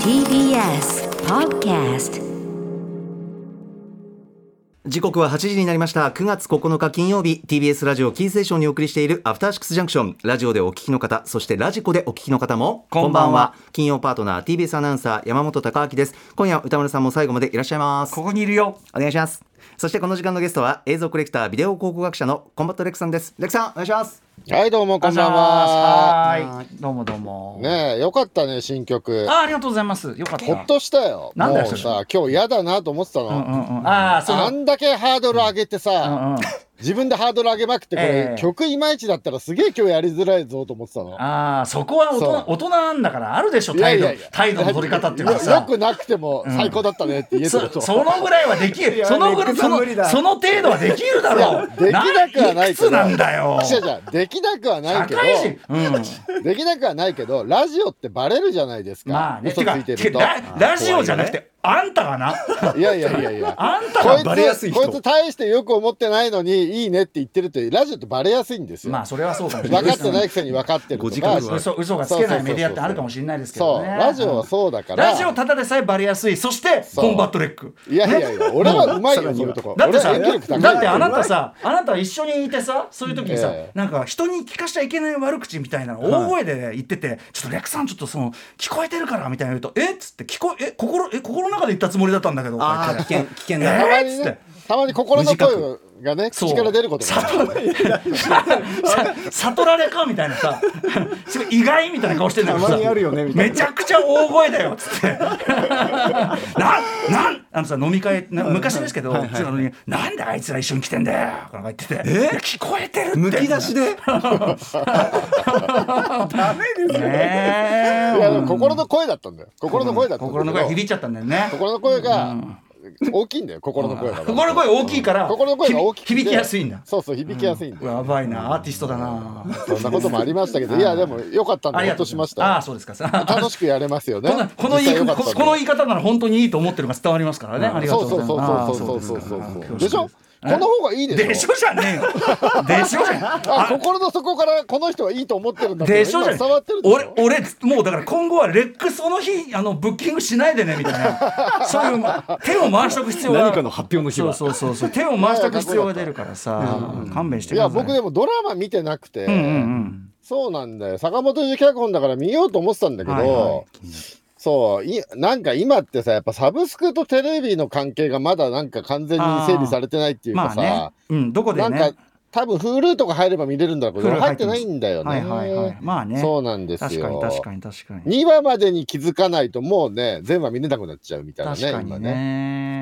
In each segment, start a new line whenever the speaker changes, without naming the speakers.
TBS Podcast
時刻は8時になりました9月9日金曜日 TBS ラジオキーステーションにお送りしているアフターシックスジャンクションラジオでお聞きの方そしてラジコでお聞きの方も
こんばんは
金曜パートナー TBS アナウンサー山本貴明です今夜は歌丸さんも最後までいらっしゃいます
ここにいるよ。
お願いしますそしてこの時間のゲストは映像コレクタービデオ考古学者のコンバットレックさんですレックさんお願いします
はい、どうも、こんばんは。
はーい。どうもどうも。
ねえ、よかったね、新曲。
あ、ありがとうございます。よかった。
ほっとしたよ。
なん
も
だよ
う
それ
さ、今日嫌だなと思ってた
うんう
の。
んうん。ああ、そ
あ
の。
んだけハードル上げて
うん
さ、
うん。
自分でハードル上げまくって、こ
え
れ、
え
曲いまいちだったらすげえ今日やりづらいぞと思ってたの。
ああ、そこは大
そう
人、大人なんだから、あるでしょ
いや
態
い
度
やいや。
態度の取り方っていうのは
よよ
さ。
くなくても最高だったねって言えたこ
そ
と。
そのぐらいはできる。そのぐらい、
レックさ
そ
ん
の、
無理だ
その程度はできるだろう。
いやできなくはない
く
けど
つなんだよ。
違う違うできなくはない
社
けど
会人。うん。
できなくはないけどラジオってバレるじゃないですか、
まあね。
嘘
て
つ
か、
いて
て
ると
ララジオじゃなくて、あんたがな。
いやいやいやいや
あんた
こ
が
い
バ
つ
レやすい
こい
人
つ。大してよく思ってないのにいいねって言ってるとラジオってバレやすいんですよ、
まあ、それはそうかもしれない。
分かってないくせに分かってる
ご自
と
覚
か
が
嘘嘘がつけないメディアってあるかもしれないですけ
そ
ど
う
ね。
ラジオはそうだから
ラジオただでさえバレやすいそして
そう
コンバットレック
いやいやいや俺はうまいよ
さらに
そうい
は
うとこ
だってさ
俺は演技力高い
だってあなたさあなたは一緒にいてさそういう時にさ、
ええ
なんか人に聞かしちゃいけない悪口みたいなの大声で言ってて、ちょっとレックさんちょっとその聞こえてるからみたいな言うとえっつって聞こええ心え心の中で言ったつもりだったんだけど
あ
と
ー
か
危険
言って
危険
え
だ
たま
ー
に
っつって
ねたまに心の声がね
そう
口から出ることもある
悟らさ悟られかみたいなさすごい意外みたいな顔してんだけどさ
たまにあるよねみたいな
めちゃくちゃ大声だよっつってなんなんあのさ飲み会な昔ですけど、そのになんであいつら一緒に来てんだよとか言ってていや聞こえてるって
むき出しで
ねえ
いやでも心の声だったんだよ心の声だったんだけ
心
ど
の声響いちゃったんだよね
心の声が大きいんだよ心の声が
心の声大きいから
心の声が大きくて
響きやすいんだ
そうそう響きやすいんだよ
やばいなアーティストだな
そんなこともありましたけどいやでもよかったんで
あり
ほ
が
っ
と
と
う
しまし
ああ
た
ーそうですか
楽しくやれますよね
こんなこの言い
実際
方
よかったんで
この言い方なら本当にいいと思ってるのが伝わりますからね。ありがと
そううそ
ござ
う
い
そう
ます。
そうそう
あ
そう
ー
そう
です
そう
か
でしょこの方がいいでしょ
でしょじゃねえ よ。でしょじゃねえ
あ
あ
心の底からこの人はいいと思ってるんだって
でしょじゃ
今
ね
伝わってる
え
でし
俺
ょ
俺もうだから今後はレックスその日あのブッキングしないでねみたい なそういう手を回しとく必要が
何かの発表の日は
そうそうそうそう手を回しとく必要が出るからさ勘弁して
い
く
や
ださい。
僕でもドラマ見てなくて、
うんうん
そうなんだよ坂本龍一脚本だから見ようと思ってたんだけど、
はいは
そういなんか今ってさやっぱサブスクとテレビの関係がまだなんか完全に整理されてないって
う
い
ん。
うか
まあ
さ、
ね。うんどこで
なん
ね
か。多分 Hulu とか入れば見れるんだろうけ
Hulu
ど入ってないんだよね。
はいはいはい。まあね。
そうなんです
確
よ。
かに確かに確かに。
2話までに気づかないともうね全話見れなくなっちゃうみたいなね
確かに
今
ね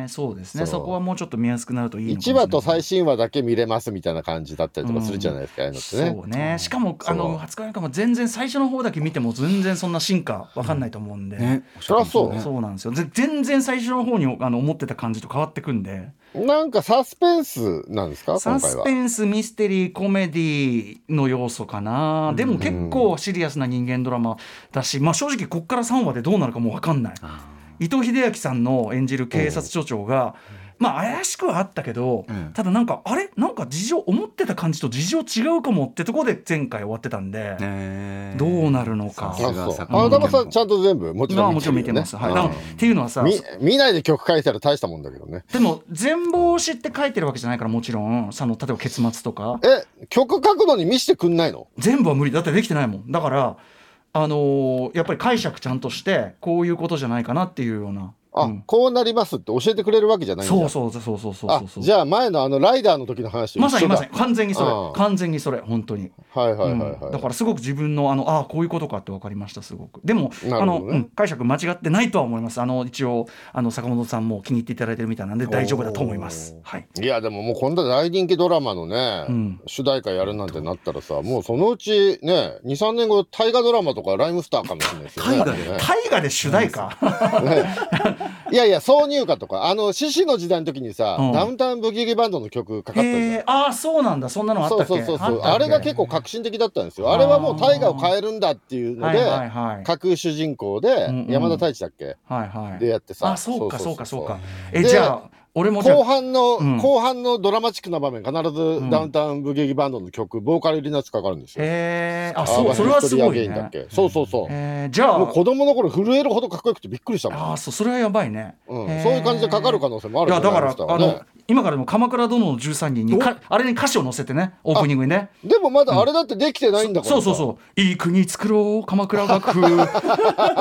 ね
そうですね
そ
そうこはもうちょっと見やすくなるといいのかもし
1
れない
話と最新話だけ見れますみたいな感じだったりとかするじゃないですか、ああいうのってね
そうねしかもあの初恋なんかも全然最初の方だけ見ても全然そんな進化わかんないと思うんで、
ね
そりゃそう
そうなんですよぜ全然最初の方にあの思ってた感じと変わってくんで
なんかサスペンスなんですか今
サ
回
ス
は
ペンスミステリーコメディの要素かな、でも結構シリアスな人間ドラマだし、まあ、正直こっから3話でどうなるかもわかんない伊藤英明さんの演じる警察署長が、まあ怪しくはあったけど、
うん
ただなんかあれなんか事情思ってた感じと事情違うかもってところで前回終わってたんで、
ね
どうなるのか
さ。
あ
すが
そう
坂
あ
本
田中さんちゃんと全部もち
ま
ろ
あ
ん
も
見
ち
て
ろ
る
ん
よ、ね、
見てます。はい。だからっていうのはさ、
み見ないで曲書いたら大したもんだけどね
でも全貌を知って書いてるわけじゃないからもちろん、その例えば結末とか
え曲書くのに見せてくんないの
全部は無理だってできてないもん。だから。あのーやっぱり解釈ちゃんとしてこういうことじゃないかなっていうような、
あ、
うん
こうなりますって教えてくれるわけじゃないんだ
そうそうそうそうそうそう
あ
そう
じゃあ前のあのライダーの時の話と一緒だ
まさにまさに完全にそれ
うん
完全にそれ本当に
はいはいはいはい、
うんだからすごく自分のあのああこういうことかって分かりましたすごくでも、
なるほどね
あの、うん解釈間違ってないとは思いますあの一応あの坂本さんも気に入っていただいてるみたいなんで大丈夫だと思いますはい
いやでももうこんな大人気ドラマのね、
うん
主題歌やるなんてなったらさもうそのうちね23年後大河ドラマとかライムスターかもしれないですよね
大河
ね
大河で主題歌
いやいや挿入歌とかあの獅子の時代の時にさ、
うん
ダウンタウンブギウギバンドの曲かかったじゃ
へ
ん
えああそうなんだそんなのあった
そ
っ
う
け
そうそうそう
ったっ
あ
け
れが結構革新的だったんですよあれはもう大河を変えるんだっていうの
はい
で、
はいはい
架空主人公
う
で
んうん
山田太一だっけ、
はいはい
でやってさ
あそうかそうかそうか
で
えじゃあ俺もじゃ
後
あ
半の、
うん
後半のドラマチックな場面、必ずダウンタウンブギウギバンドの曲、ボーカル入りのやつかかるんですよ。
へえあ
あ
そうそれはすごいね
だっけそうそうそう。
えーじゃ
も
あ
う子供の頃震えるほどかっこよくてびっくりしたもん。
あーそうそれはやばいね、
うん
へー
そういう感じでかかる可能性もあ
い
る
やだから、
じゃない
あ
です
の今からでも「鎌倉殿の13人にか」あれに歌詞を載せてねオープニングにね
ねでもまだあれだってできてないんだから
そうそうそういい国作ろう鎌倉幕府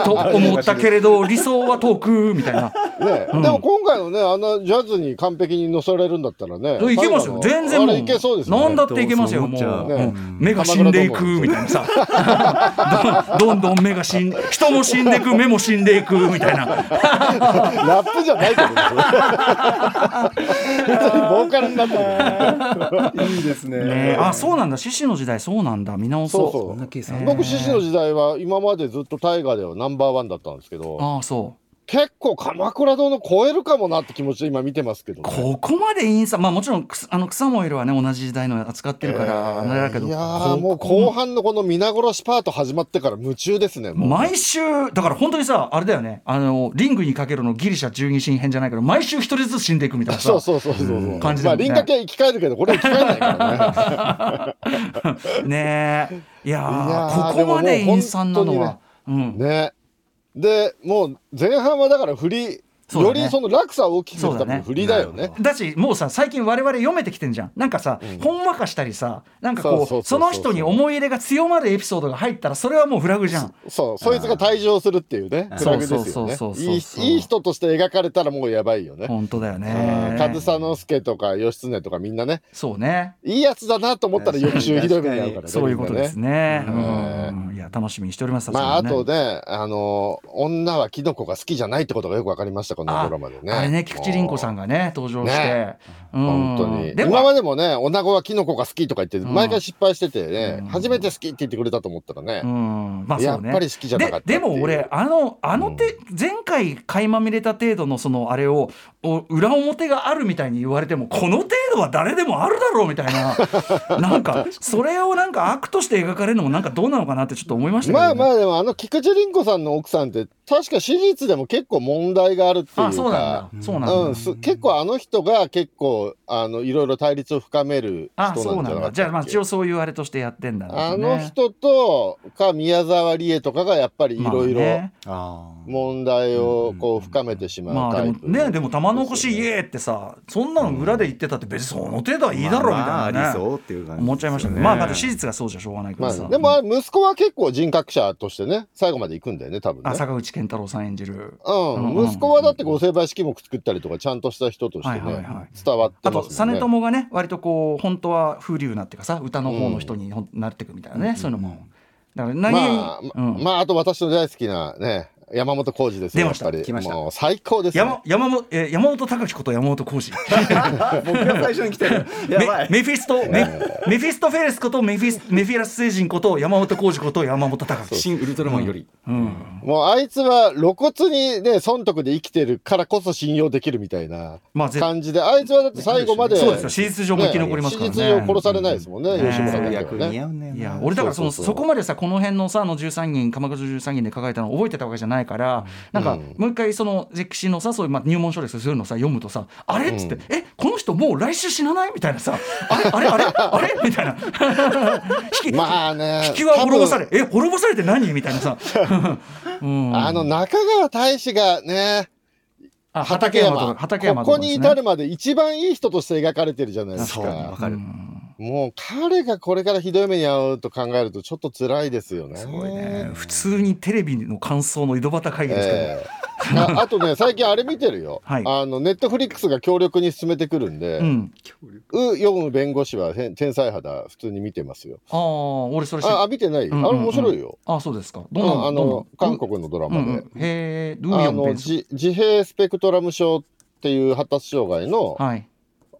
と思ったけれ ど理想は遠くみたいな
う、ね
うん
でも今回のねあのジャズに完璧に乗せられるんだったらね
いけますよ全然
あ
も
れ
う
いけそうですね
なんだっていけますよもう
そう思っ
ちゃう
うん目が死んでいくみたいなさ どんどん目が死ん人も死んでいく目も死んでいくみたいな
ラップじゃないけ どねそれボーカルになってる
いいですね
ねあそうなんだ獅子の時代そうなんだ見直そう
そうそう
そんなケースある
ね
僕獅子の時代は今までずっと大河ではナンバーワンだったんですけど
ああそう
結構鎌倉殿超えるかもなって気持ちで今見てますけどね、
ここまでインスタまあもちろんくすあの草もいるはね同じ時代の扱ってるからあれだけど
いや
ここ
ーもう後半のこの皆殺しパート始まってから夢中ですねもう
毎週だから本当にさあれだよねあのリングにかけるのギリシャ十二神編じゃないけど毎週一人ずつ死んでいくみたいなさ
そうそうそうそうそう
感じだ
ま
も
あ
んね
輪郭は生き返るけどこれは生き返らな いからね
ねえいやー
いやー
ここまで
でももう
陰惨なのは、うん、
ねでもう前半はだから振り、
そうだ
よ
ね
りその落差を大きくするための
そ
振りだよ
なる
ね
ほ
だしもうさ最近我々読めてきてんじゃんなんかさ、ほんわかしたりさなんかこう
そ
そう
そうそうそう
の人に思い入れが強まるエピソードが入ったらそれはもうフラグじゃん
そうそいつが退場するっていうね
うん
フラグです
そ
よ
う
ね
そうそうそう
いいいい人として描かれたらもうやばいよね
本当だよ
うん
ね
上総介とか義経とかみんなね
そうね
いいやつだなと思ったら翌週ひどい目に遭うからね
そういうことです
みんな
ね。
うん
うん、いや楽しみにしております。
まああ
それ
と
はね
ねあのー女はキノコが好きじゃないってことがよくわかりましたこのドラマでね
あれね菊池凛子さんがね登場して、
ね
うん
本当に
で
今
も
までもね女子はキノコが好きとか言って
ん
毎回失敗しててね、
うん
初めて好きって言ってくれたと思ったらね、
うんまあ
や
そ
っ
うね
ぱり好きじゃなかったってい
でで
う
も俺あのあの手、前回垣間見れた程度のそのあれをお裏表があるみたいに言われてもこの程度は誰でもあるだろうみたい ななんかそれをなんか悪として描かれるのもなんかどうなのかなってちょっと思いましたけど、ね、
まあまあでもあの菊池凛子さんの奥さんって確か史実でも結構問題があるっていうか
あそうなんだそうなんだ、
うんす結構あの人が結構あのいろいろ対立を深める人な
あ
んじ
そう
ゃ
な
なか
ん
ったっ
だ
け
じゃあまあ一応そういうあれとしてやってんだろうね
あの人とか宮沢りえとかがやっぱりいろい
まあ
ろ
ね
あー
問題をこう深めてし
ま
まう
あ
タ
で
イ
も
プ、
ねでも玉残しイエーってさそんなの裏で言ってたって別にその程度はいいだろうみ
まあ
たい
まあ
な
あり
ね
そうっていう感じですよね
思っちゃいましたねまあだって史実がそうじゃしょうがないか
ま
ら
あ
さ
でもあれ息子は結構人格者としてね最後まで行くんだよね多分ね
あ坂口健太郎さん演じる
うん
うん
息子はだって御成敗式目作ったりとかちゃんとした人としてね、
はいはいはい
伝わって
あ
ま
と
すもん
実
ね。
朝がね割とこう本当は風流なっていうかさ歌の方の人にほんなってくみたいなねそういうのもだから何
まあ、
うん
まああと私の大好きなね山本浩二です
出
よや
ま
っ
した
ぱり
来ました
もう最高ですね
山。山本えー山本隆子と山本浩 二
僕が最初に来て るや
メ
ばい
メフィストメメフィストフェレスことメフィスメフィラス星人こと山本浩二こと山本隆子
新ウルトラマンより
うん
もうあいつは露骨にね損得で生きてるからこそ信用できるみたいな
まあぜ
感じであいつはだって最後まで
そうですよ史実上も生き残りますからね
史実上殺されないですもんね、
ね
吉村
そう
だ
いう
けは
役似
ね
合うんだよ
い
な
や俺だからそのそ
そうそうそう
こまでさこの辺のさあの13人鎌倉13人で書かれたの覚えてたわけじゃないから、なんか
うん
もう一回その歴史のさそういう、まあ、入門書ですそういうのさ読むとさあれっつって、えこの人もう来週死なないみたいなさあれあれあれあ れみたいな引き,、
まあね
引きは滅ぼされえ滅ぼされて何みたいな さ、うん、
あの中川大志がね
あ
畠山
とか畠山
ことこ
かです
に
ね
至るまで一番いい人として描かれてるじゃないです
そうわ
か
かる
もう彼がこれからひどい目に遭うと考えるとちょっと辛いですよね
すごいね普通にテレビの感想の井戸端会議ですけど、
ええあ あとね最近あれ見てるよ、
はい
あのネットフリックスが強力に進めてくるんで、
うん
う読む弁護士は天天才肌普通に見てますよ
ああ俺それ知ら
ああ見てない、
うんうんうん
あれ面白いよ、
あそうですか。
う
ど
ん
んな
あ
どんな
の韓国のドラ
うん
マで、
うん、へえ、ルー
あ
ヨンベ
の
ンス
じ自閉スペクトラム症っていう発達障害の,、
はい。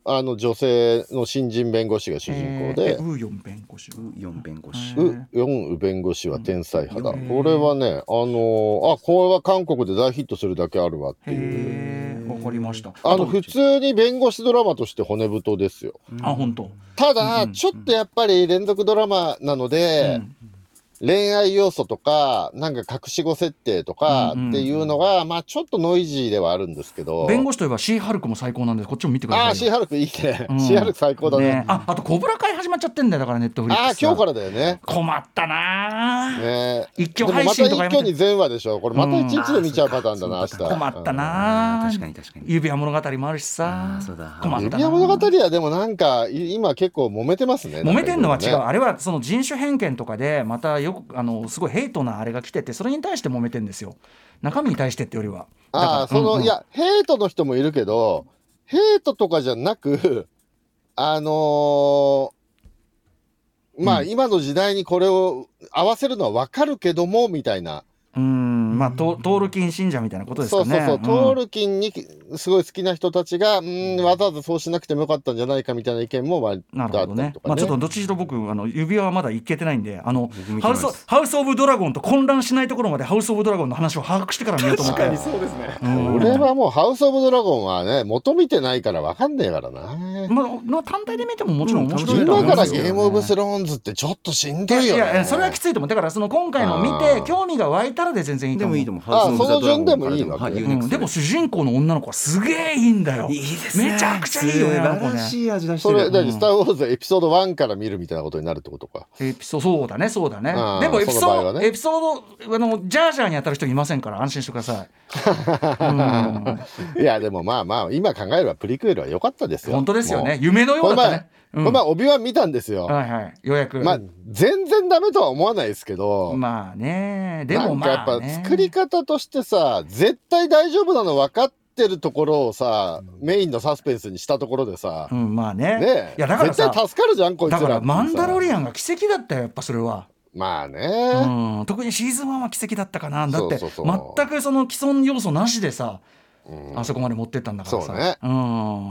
あの女性の新人弁護士が主人公
え
で
ー、ウーヨン弁護士。
四弁護士
えー
うヨンウ弁護士は天才肌、
うん
これはねあのーあこれは韓国で大ヒットするだけあるわっていう
へえ、わかりました。
あ
と
の普通に弁護士ドラマとして骨太ですよ
あ、本当。
ただ、ちょっとやっぱり連続ドラマなので、
うん
恋愛要素とか、なんか隠し子設定とか
うんうん
っていうのが、まあちょっとノイジーではあるんですけど。
弁護士といえばシーハルクも最高なんでこっちも見てください
あ
よ
あ、シーハルクいいね。
うん
シーハルク最高だね。
ねああと「コブラ会」始まっちゃってんだよだからネットフリッ
ああ
ク、ス
今日からだよね。
困ったなあ、
ね
一
で
挙
も
配
また
信
一
とかやめ
挙
て
に全話でしょ。これまた
うん
一日で見ちゃうパターンだな、明日。
困った
うん
なあ
確かに確かに
指輪物語もあるしさ
あーそうだ
困った
指
な
輪
あ
物語はでもなんかい今結構揉めてますね。
揉めてんのは違う、
なんか
あれはその人種偏見とかでまたよくあのすごいヘイトなあれが来ててそれに対して揉めてんですよ中身に対してってよりは
ああ、その、
うんうん
いや、ヘイトの人もいるけど、ヘイトとかじゃなく、あのーまあ、今の時代にこれを合わせるのはわかるけども、みたいな。
うんまあトトールキン信者みたいなことです
そう
か
そう
ね
そう、トー
ル
ルキンにすごい好きな人たちが、うん、わざわざそうしなくてもよかったんじゃないかみたいな意見も割とあ
な
っ
る
た
ほ
り
ど
とか、
ね
ね。
まあちょっとどっちにしろ僕あの指輪はまだいけてないんであの
僕もいけ
ハ
ない
ウ
で
ス
す
オハウス・オブ・ドラゴンと混乱しないところまでハウス・オブ・ドラゴンの話を把握してから見ようと思 って
確
そうですね
うん
俺はもうハウス・オブ・ドラゴンはね、元見てないからわかんねえからな。
まあ、まあ単体で見てももちろん面白いとは
今
思うん
か
で
ら
す
ゲ
けどね
ーム・オブ・スローンズってちょっとしんど
い
いよ、ね。
やいやそれはきついと思うだからその今回のを見
あ
て
ー
興味が湧いたらで全然いいと
で
思
も
う
いいと思う
あ
ハウスオブザドラゴン
その順でもいいわけ
からでも
う
はい
ん、でも
UNEXT
主人公の女の子はすげえいいんだよ
いいですね
めちゃくちゃいいよね
素
あの子
晴
ね
らしい味出して
そ
る
れ、だっ
う
て
ん
スター・ウォーズエピソード1から見るみたいなことになるってことか。
エピソードそうだねそうだね
あー
でもエピソ
その場
ー
合
ド、
はね
エピソードあのジャージャーに当たる人いませんから安心してください、 うん
いや、でもまあまあ、今考えればプリクエルは良かったですよ。
本当ですよ
も
ね夢の
う。
よ
こ
う
の
だっ
前、
たね、
この前、帯は見たんですよ。
はいはいようやく
まあ、全然ダメとは思わないですけど、
まあねでも
なん
ま
かや
あ、
っぱ
ね、
作り方としてさ、絶対大丈夫なの分かってるところをさ、メインのサスペンスにしたところでさ、
うんまあね
ねえ
いやだからさ
絶対助かるじゃん、こいつら
だ
って
か
さ。
らマンダロリアンが奇跡だったよやっぱそれは、
まあね、
うん、特にシーズン1は奇跡だったかなだって
そうそうそう
全くその既存要素なしでさ
うん
あそこまで持ってったんだからさ
そうね
う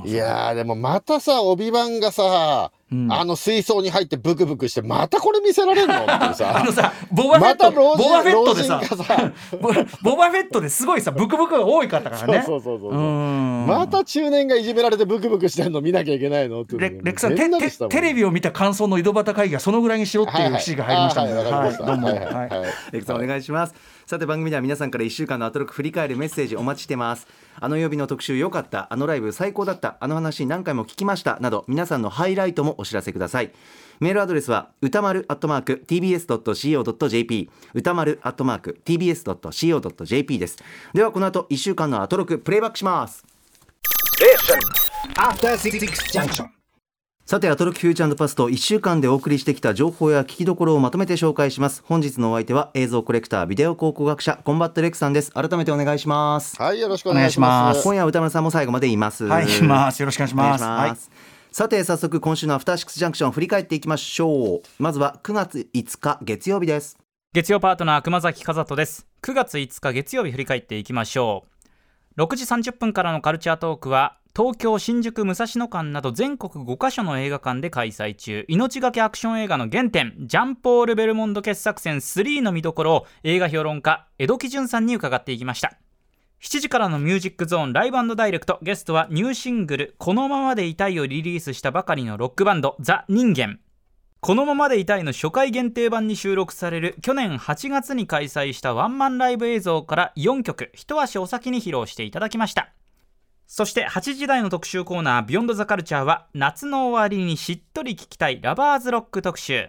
ん
いやーでもまたさ帯番がさ、
うん
あの水槽に入ってブクブクしてまたこれ見せられるのっていう
あ
さ
のさボバフェッ
ま
ト、
た老人
ボバフェットでさ
老人がさ
ボボバフェットですごいさブクブクが多いかったからね
そうそうそうそうそう
うん
また中年がいじめられてブクブクしてんの見なきゃいけないのっていうの
レ
もう
レックさん
変な
テ
でした
テ
もん
テレビを見た感想の井戸端会議はそのぐらいにしろっていう
は
指
は
示が入りましたので、
あーはいわかりま
はい
し
どう
た
も、
はい
はい
はい
レクさんお願いしますさて番組では皆さんから1週間のアトロック振り返るメッセージお待ちしてますあの曜日の特集良かったあのライブ最高だったあの話何回も聞きましたなど皆さんのハイライトもお知らせくださいメールアドレスは歌丸アットマーク tbs.co.jp 歌丸アットマーク tbs.co.jp ですではこの後1週間のアトロックプレイバックしますさて、アトロックフューチャーパスト、1週間でお送りしてきた情報や聞きどころをまとめて紹介します。本日のお相手は映像コレクター、ビデオ考古学者、コンバットレックさんです。改めてお願いします。
はいよろしくお願いしま
お願いしますす
今夜は歌丸さんも最後までいます。
はい、いますよろしくお願いし
お願い
ま
し
す
ます。さて早速今週のアフターシックスジャンクション振り返っていきましょうまずは9月5日月曜日です
月曜パートナー熊崎和人です9月5日月曜日振り返っていきましょう6時30分からのカルチャートークは東京新宿武蔵野間など全国5カ所の映画館で開催中命がけアクション映画の原点ジャンポール・ベルモンド傑作選3の見どころを映画評論家江戸木淳さんに伺っていきました7時からのミュージックゾーンライブダイレクトゲストはニューシングル「このままでいたい」をリリースしたばかりのロックバンドザ・人間このままでいたいの初回限定版に収録される去年8月に開催したワンマンライブ映像から4曲一足お先に披露していただきましたそして8時台の特集コーナー「ビヨンドザカルチャーは夏の終わりにしっとり聴きたいラバーズロック特集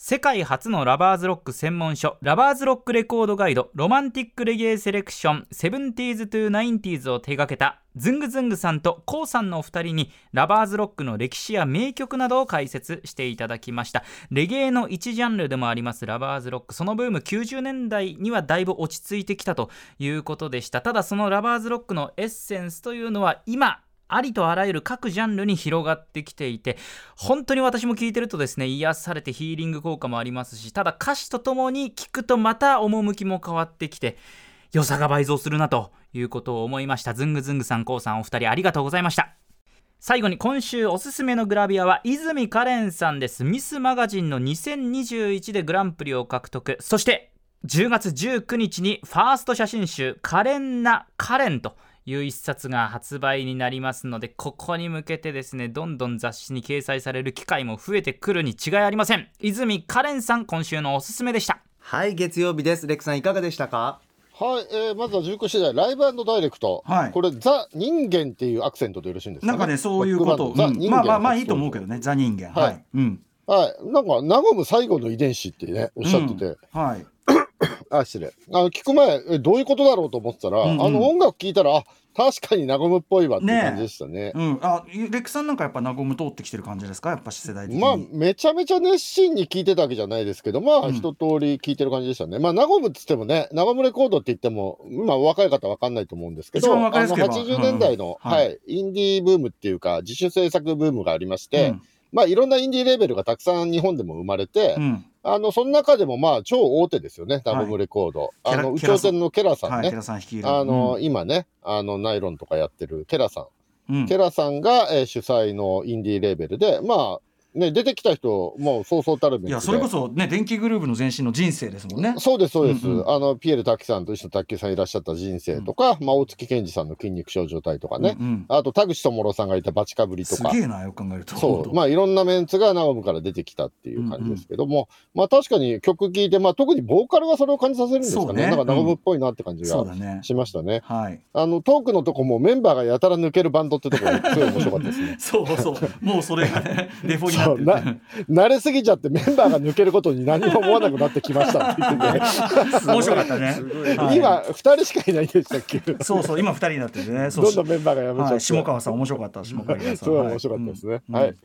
世界初のラバーズロック専門書ラバーズロックレコードガイドロマンティックレゲエセレクション 70s to 90s を手掛けたズングズングさんとコウさんのお二人にラバーズロックの歴史や名曲などを解説していただきましたレゲエの一ジャンルでもありますラバーズロックそのブーム90年代にはだいぶ落ち着いてきたということでしたただそのラバーズロックのエッセンスというのは今ありとあらゆる各ジャンルに広がってきていて本当に私も聞いてるとですね癒されてヒーリング効果もありますしただ歌詞とともに聞くとまた趣も変わってきて良さが倍増するなということを思いましたズングズングさんこうさんお二人ありがとうございました最後に今週おすすめのグラビアは泉カレンさんですミスマガジンの2021でグランプリを獲得そして10月19日にファースト写真集「カレンナ・カレン」という一冊が発売になりますのでここに向けてですねどんどん雑誌に掲載される機会も増えてくるに違いありません泉カレンさん今週のおすすめでした
はい月曜日ですレックさんいかがでしたか
はい、えーまずは19時台、ライブダイレクト、
はい
これ、ザ・人間っていうアクセントでよろしいんですか、
なんかねそういうこと、
ロックバン
うん
ドザ・人間
まあまあまあいいと思うけどね「ザ人間」はい、
はい
うん
はい、なんか、ナゴム最後の遺伝子ってね、おっしゃってて、
うんはい、
あ、失礼。あの、聞く前、えどういうことだろうと思ってたら、
うんうん
あの音楽聞いたら、あ、確かにナゴムっぽいわっていう感じでしたね。
うん、あレックさんなんかやっぱナゴム通ってきてる感じですかやっぱ世代的に、
まあ、めちゃめちゃ熱心に聞いてたわけじゃないですけど、ま
う
あ、
ん
一通り聞いてる感じでしたね。まあ、ナゴムっつってもね、ナゴムレコードって言っても、今、若い方わかんないと思うんですけ
一
ど、
番わかり
あ
やす
の
ければ
80年代の、
うんうんは
は
い
い、インディーブームっていうか、自主制作ブームがありまして、
うん
まあ、いろんなインディーレーベルがたくさん日本でも生まれて、
うん
あの、その中でも、まあ、超大手ですよね、ナゴムレコード。
はい
あの、宇
ケラ
宙船のケラさんね。
はい、寺さん率いる
あの、今ね、あの、ナイロンとかやってるケラさん。
うんうん
ケラさんが、えー主催のインディーレーベルで、まあ、ね、出てきた人、もうそうそうたるべきで。
いやそれこそね電気グループの前身の人生ですもんね。
そうです、そうです。
うんうん
あの、ピエール滝さんと一緒に卓球さんいらっしゃった人生とか、まあ、大月健二さんの筋肉症状態とかね、
うんうん
あと、田口智朗さんがいたバチカブリと
す
か
げ。えなよく考えると。
そう。まあ、いろんなメンツがナゴムから出てきたっていう感じですけども、まあ、確かに曲聴いて、まあ、特にボーカルはそれを感じさせるんですか
そう
ね。
ね
なんかナゴムっぽいなって感じ
そう
が
だね。
しましたね。
はい。。
あの、トークのとこもメンバーがやたら抜けるバンドってとこがすごい面白かったですね
そうそうもうそれが ねデフォ
そう
にな
な
ってる。
慣れすぎちゃってメンバーが抜けることに何も思わなくなってきましたって言って て
面白かったね。はい
今2人しかいないんでしたっけど
そうそう今二人になっててね。そ
ん
う
どんメンバーがやめちゃって、
はい下川さん面白かった下川さん。
すごい面白かったですね。
うん
はい。
うん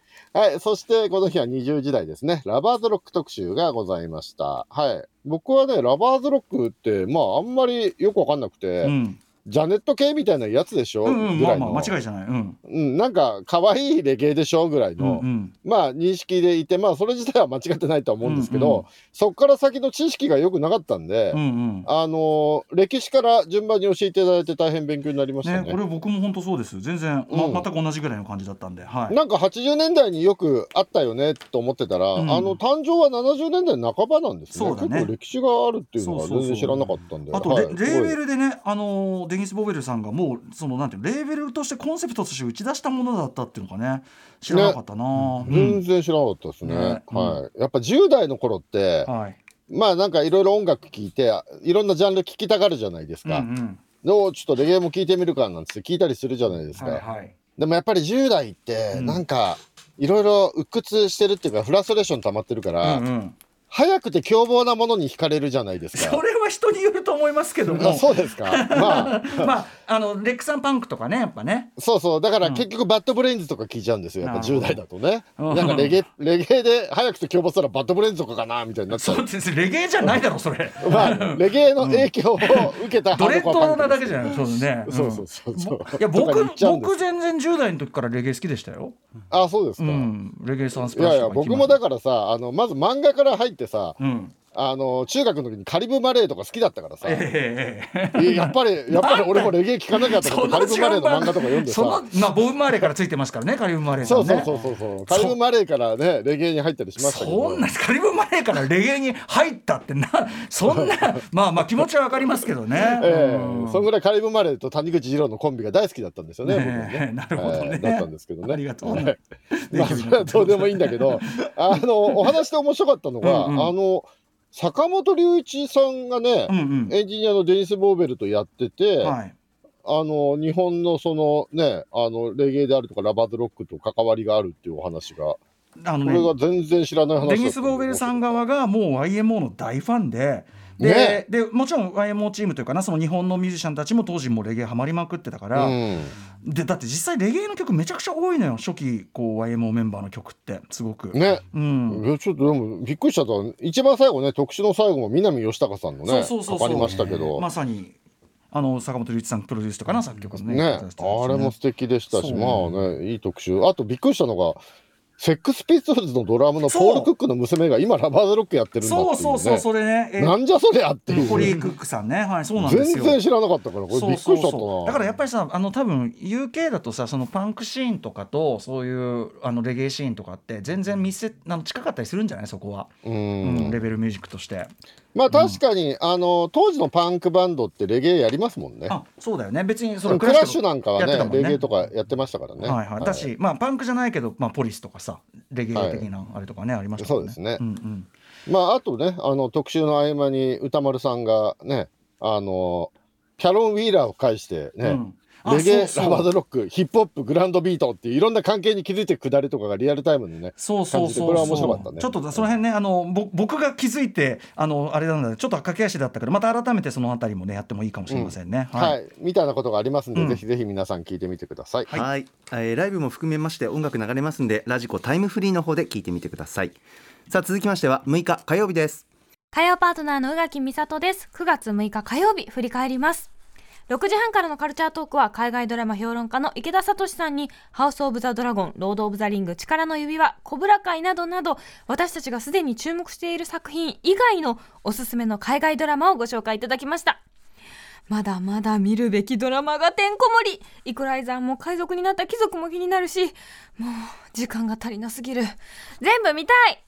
はい。そして、この日は20時台ですね。ラバーズロック特集がございました。はい。僕はね、ラバーズロックって、まあ、あんまりよくわかんなくて、
うん
ジャネット系みたいなやつでしょ、
うんうん
ぐ
ま
ら
あ
い
ま
の。
あ間違いじゃない。うん
うん、なんか、可愛いレゲエでしょぐらい
うん
の、
うん。
まあ、認識でいて、まあ、それ自体は間違ってないとは思うんですけど、
うんうん
そこから先の知識が良くなかったんで、
うん
あのー歴史から順番に教えていただいて大変勉強になりま
う
し
ん、
た
ね
ね。
これ僕も本当そうです全然、ま
うん
全く同じぐらいの感じだったんで、はい、
なんか80年代によくあったよねと思ってたら、
うん
あの誕生は70年代半ばなんですね
そうだね
結構歴史があるっていうのは
そうそう
全
そう
然知らなかったんで
あと
は
レ、
い
レーベ
す
ルでね、あのーデニス・ボベルさんがもうそのなんていうのレーベルとしてコンセプトとして打ち出したものだったっていうのがね知らなかったな、
ご
う
い全
ん
然知らなかったですね、
ね
はい、やっぱ10代の頃って、
はい
まあなんかいろいろ音楽聴いていろんなジャンル聴きたがるじゃないです
うん
か、
うん
でおちょっとレゲエも聴いてみるかなんつって聴いたりするじゃないですか、
はいはい
でもやっぱり10代って
うん
なんかいろいろ鬱屈してるっていうかフラストレーション溜まってるから、
うんうん
早くて凶暴なものに惹かれるじゃないです
そ
か。
れは人によると思いますけど
あ
も
そうですか。 まあ、
まああのレックさんパンクとかねやっぱね
そうそう。だから
うん
結局バッドブレインズとか聞いちゃうんですよ。やっぱ
なるほ
10
ど
代だとね。
うん
なんかレゲエ、レゲエで早くて凶暴したらバッドブレインズとかかなみたいになっちゃ
そう
う。
ですレゲエじゃないだろそれ
まあ、レゲエの影響を受けた
ドレッ
ハードコア
ド
パン
な
ク
だ
で
け
す
じゃないそうですね、ん
そうそうそうそう
いや
とか
僕
言っちゃうんです
僕全然10代の時からレゲエ好きでしたよ、
あ、そうです
う
か。
ん、レゲエサンス
い
プラッ
や
シ
い
ュ
や、
とか行き
僕
ま
もだからさ、あの、まず漫画から入ってさ、
うん
あの、中学の時にカリブマレーとか好きだったからさ、
ええええ
いややっぱり、やっぱり俺もレゲエ聞かなきゃと思
そ
っ
の
て、カリブマレー
順
の漫画
番
とか読んでさ
そ。のまあボブ・マーレーからついてますからねカリブ・マーレーさん
そう
ね
そうそうそうそう。カリブマレーからね、レゲエに入ったりしましたけど。
そんなカリブ・マーレーからレゲエに入ったってなそ んなまあまあ気持ちはわかりますけどね、
ええ
うん
そんぐらいカリブマレーと谷口二郎のコンビが大好きだったんですよね。僕も
ねえなるほどね、
ええだったんですけどね。
ありがとう、
はい
ね、
まあ、それはどうでもいいんだ けど、あの、お話で面白かったのが、
うんうん
あの、坂本隆一さんがね、
うんうん
エンジニアのデニス・ボーベルとやってて、
はい
あの、日本のそのね、あの、レゲエであるとかラバードロックと関わりがあるっていうお話が、こ
あの
れ
ね
が全然知らない話だった
デニス・ボーベルさん側がもう YMO の大ファンで。で
ね
でもちろん YMO チームというかなその日本のミュージシャンたちも当時もうレゲエハマりまくってたから、
うん
でだって実際レゲエの曲めちゃくちゃ多いのよ初期こう YMO メンバーの曲ってすごく。
ね、
うん、
いやちょっとでもびっくりしちゃった一番最後ね特集の最後も南義孝さんのね
そうそうそうそう
かかりましたけど、
まさにあの坂本龍一さんプロデュースとかな作曲のね
ねあれも素敵でしたし、
そう
まあねいい特集あとびっくりしたのがセックスピストルズのドラムのポール・クックの娘が今ラバーズロックやってるんだっていう、
そう
ね、
そうそうそれねえ
なんじゃそりゃっていう
ホリー・クックさんねはいそうなんです
全
よ
然知らなかったからこれびっくりしちゃったな
だからやっぱりさあの多分 UK だとさそのパンクシーンとかとそういうあのレゲエシーンとかって全然見せあの近かったりするんじゃないそこは、
う
うんん、レベルミュージックとして
まあ確かに、あの当時のパンクバンドってレゲエやりますもんね
あそうだよね別にそ
うん
の
クラッシュなんかは
やって
ね
たもん
レゲエとかやってましたからね
はいはい、だし、まあ、パンクじゃないけど、まあ、ポリスとかさレゲエ的なあれとかね、ありましたもんね。
そうですね
んうん
まあ、あとね、あの、特集の合間に歌丸さんがね、あの、キャロン・ウィーラーを介してね、
うんあ
レゲエ、
そうそ
ラ
う
バードロック、ヒップホップ、グランドビートっていういろんな関係に気づいてくだりとかがリアルタイムでね、
そうそう
感じ
そ
で
う
これは面白かったね
ちょっとその辺ねあのぼ僕が気づいてあのあれなんだけどちょっと駆け足だったからまた改めてそのあたりもねやってもいいかもしれませんね、
はい、みたいなことがありますんで、
うん
ぜひぜひ皆さん聞いてみてください。
はい、えーライブも含めまして音楽流れますんでラジコタイムフリーの方で聞いてみてくださいさあ続きましては6日火曜日です
火曜パートナーの宇垣美里です9月6日火曜日振り返ります6時半からのカルチャートークは海外ドラマ評論家の池田聡さんにハウス・オブ・ザ・ドラゴン、ロード・オブ・ザ・リング、力の指輪、コブラ会などなど私たちがすでに注目している作品以外のおすすめの海外ドラマをご紹介いただきましたまだまだ見るべきドラマがてんこ盛りイコライザーも海賊になった貴族も気になるしもう時間が足りなすぎる全部見たい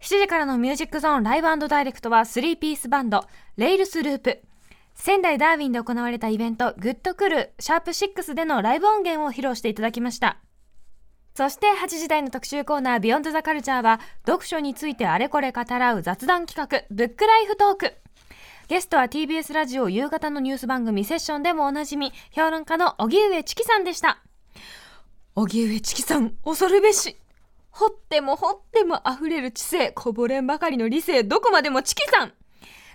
7時からのミュージックゾーンライブダイレクトは3ピースバンド、レイルスループ。仙台ダーウィンで行われたイベント、グッドクルー、シャープ6でのライブ音源を披露していただきました。そして8時台の特集コーナー、ビヨンドザカルチャーは、読書についてあれこれ語らう雑談企画、ブックライフトーク。ゲストは TBS ラジオ夕方のニュース番組セッションでもおなじみ、評論家の荻上チキさんでした。荻上チキさん、恐るべし。掘っても掘っても溢れる知性こぼれんばかりの理性どこまでもチキさん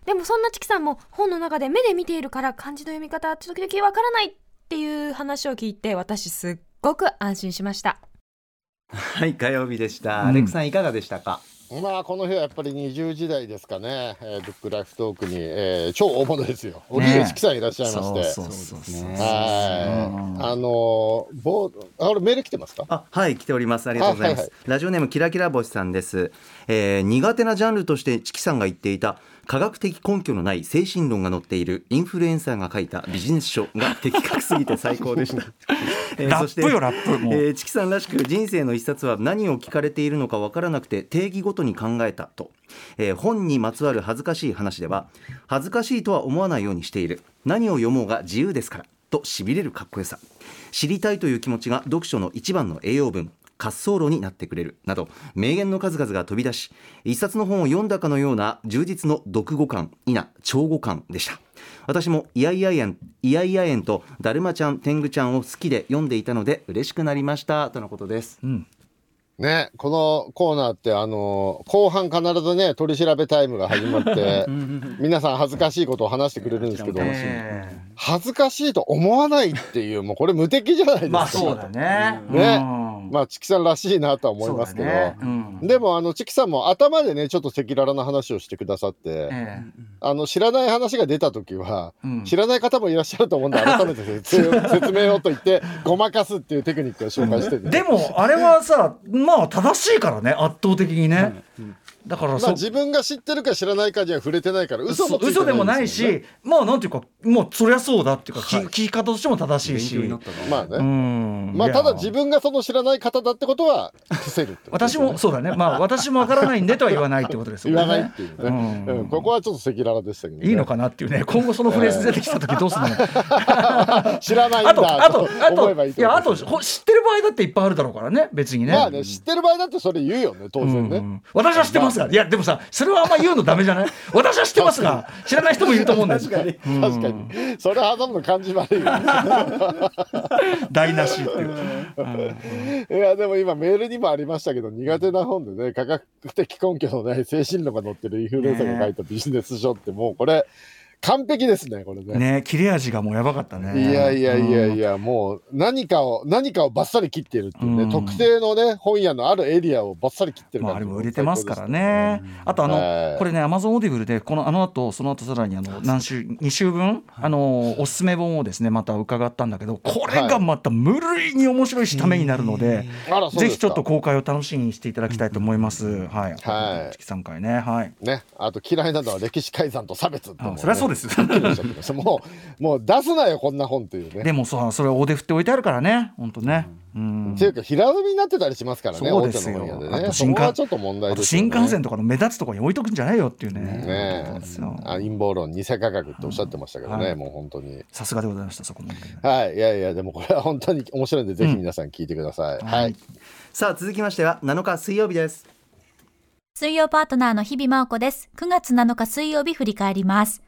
でもそんなチキさんも本の中で目で見ているから漢字の読み方時々わからないっていう話を聞いて私すっごく安心しました
はい火曜日でした、
うん
アレクさんいかがでしたか
まあ、この日はやっぱり20時代ですかね、えーブックライフトークに、えー超大物ですよ。荻上チキさんいらっしゃいまして。
うそうですね
はい。あのー、ぼうあ、俺メール来てますか
あはい来ておりますありがとうございます、
あはい
ラジオネームキラキラ星さんです、えー苦手なジャンルとしてチキさんが言っていた科学的根拠のない精神論が載っているインフルエンサーが書いたビジネス書が的確すぎて最高で した、えー
ラ
そし
ッ
て
プよラップもう、
えーチキさんらしく人生の一冊は何を聞かれているのか分からなくて定義ごとに考えたと、えー本にまつわる恥ずかしい話では恥ずかしいとは思わないようにしている何を読もうが自由ですからとしびれるかっこよさ知りたいという気持ちが読書の一番の栄養分滑走路になってくれるなど名言の数々が飛び出し一冊の本を読んだかのような充実の読語感いな超語感でした私もイヤイヤ園イヤイヤ園とだるまちゃん天狗ちゃんを好きで読んでいたので嬉しくなりましたとのことです
うん、
ね、このコーナーって、あのー後半必ずね、取り調べタイムが始 まって、皆さん恥ずかしいことを話してくれるんですけど、
え
恥ずかしいと思わないっていう、もうこれ無敵じゃないです
ー
か。
まあそうだね
ね
うん
まあ、チキさんらしいなとは思いますけど、
そうだねうん
でも、あの、チキさんも頭でね、ちょっと赤裸々な話をしてくださって、
え
あの、知らない話が出た時は、
えうん
知らない方もいらっしゃると思うんで、改めて 説明説明をと言って、ごまかすっていうテクニックを紹介してて、
でもあれはさまあ正しいからね圧倒的にね、だから
まあ、
そ
自分が知ってるか知らないかには触れてないから、嘘もついてないんすよ
嘘
ね
でもないし、まあなんていうかもうそりゃそうだっていうか、
はい
聞き聞き方としても正しいし
まあね。
うん
ま
い
あ、
や
ただ自分がその知らない方だってことは伏せるってことで
私
すよね、
もそうだねまあ私もわからないんでとは言わないってことです
言
よね
わないっていうね、
うん
うんここはちょっと赤裸々でしたけどね、
いいのかなっていうね今後そのフレーズ出てきた時どうすんの、
知らないん
あと
だ
あ
と
とあ
思
と
えばいい
いやあ
ことですよ
ほ知ってる場合だっていっぱいあるだろうからね別にね,、
まあね知ってる場合だってそれ言うよね当
う
然
ん
ね、
私は知ってますが、いやでもさそれはあんま言うのダメじゃない私は知ってますが知らない人もいると思うんです
確かにそれ挟むの感じ悪いよね
台無しっていう、うん
いやでも今メールにもありましたけど苦手な本でね科学的根拠のない精神論が載ってるインフルエンサーが書いたビジネス書ってもうこれ完璧ですねこれね
ね切れ味がもうやばかったね
いやいやいや
うん
いや、もう何かを何かをバッサリ切っているっていうね、
うん
特定のね本屋のあるエリアをバッサリ切ってる
ま
感
あ、あ
じ
れも売れてますからね。あとあ
はい
のこれね Amazon オーディブルでこのあの後その後さらにあの何週2週分あのおすすめ本をですねまた伺ったんだけどこれがまた無類に面白いしためになるので。
あらそうですか
ぜひちょっと公開を楽しみにしていただきたいと思います。はい。
はい
月3回ね。はい。
ねあと嫌いなのは歴史改ざんと差別ってのも
あ
ね
そりゃそ
で
う
すよ。
おっしゃってましたもう、もう出すなよ、こんな本というね。
でもそうそれ大手振って置いてあるからね本当ねうん
っていうか、平積みになってたりしますからね、
そう
大
で
手
すよ
の本屋で
あ
ね。
と
そ
新幹
こはちょっと問題
あと
ですよ
新
ね。
幹線とかの目立つところに置いとくんじゃないよっていうね
ねえ
そう
あ陰謀論、偽価格っておっしゃってましたけどね、
はい
もう本当に。
さすがでございましたそこも、
はい、いやいや、でもこれは本当に面白いんで、ぜひ皆さん聞いてください。はい。
さあ続きましては7日水曜日です。
水曜パートナーの日々真央子です。9月7日水曜日振り返ります。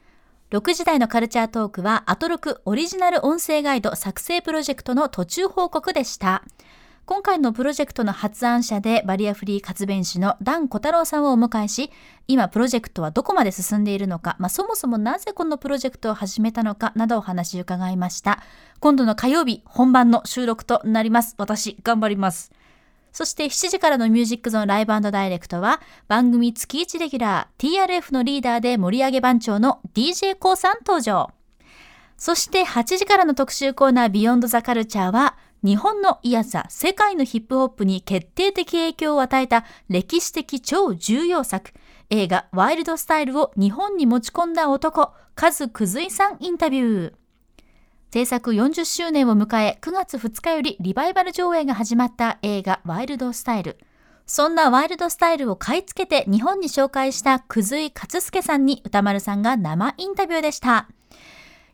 6時台のカルチャートークは、アトロクオリジナル音声ガイド作成プロジェクトの途中報告でした。今回のプロジェクトの発案者でバリアフリー活弁士のダン小太郎さんをお迎えし、今プロジェクトはどこまで進んでいるのか、まあ、そもそもなぜこのプロジェクトを始めたのかなどお話伺いました。今度の火曜日、本番の収録となります。私、頑張ります。そして7時からのミュージックゾーンライブダイレクトは番組月1レギュラー TRF のリーダーで盛り上げ番長の DJ コウさん登場。そして8時からの特集コーナービヨンドザカルチャーは日本のいやさ世界のヒップホップに決定的影響を与えた歴史的超重要作映画ワイルドスタイルを日本に持ち込んだ男カズクズイさんインタビュー。制作40周年を迎え9月2日よりリバイバル上映が始まった映画「ワイルドスタイル」そんなワイルドスタイルを買い付けて日本に紹介した葛井勝介さんに歌丸さんが生インタビューでした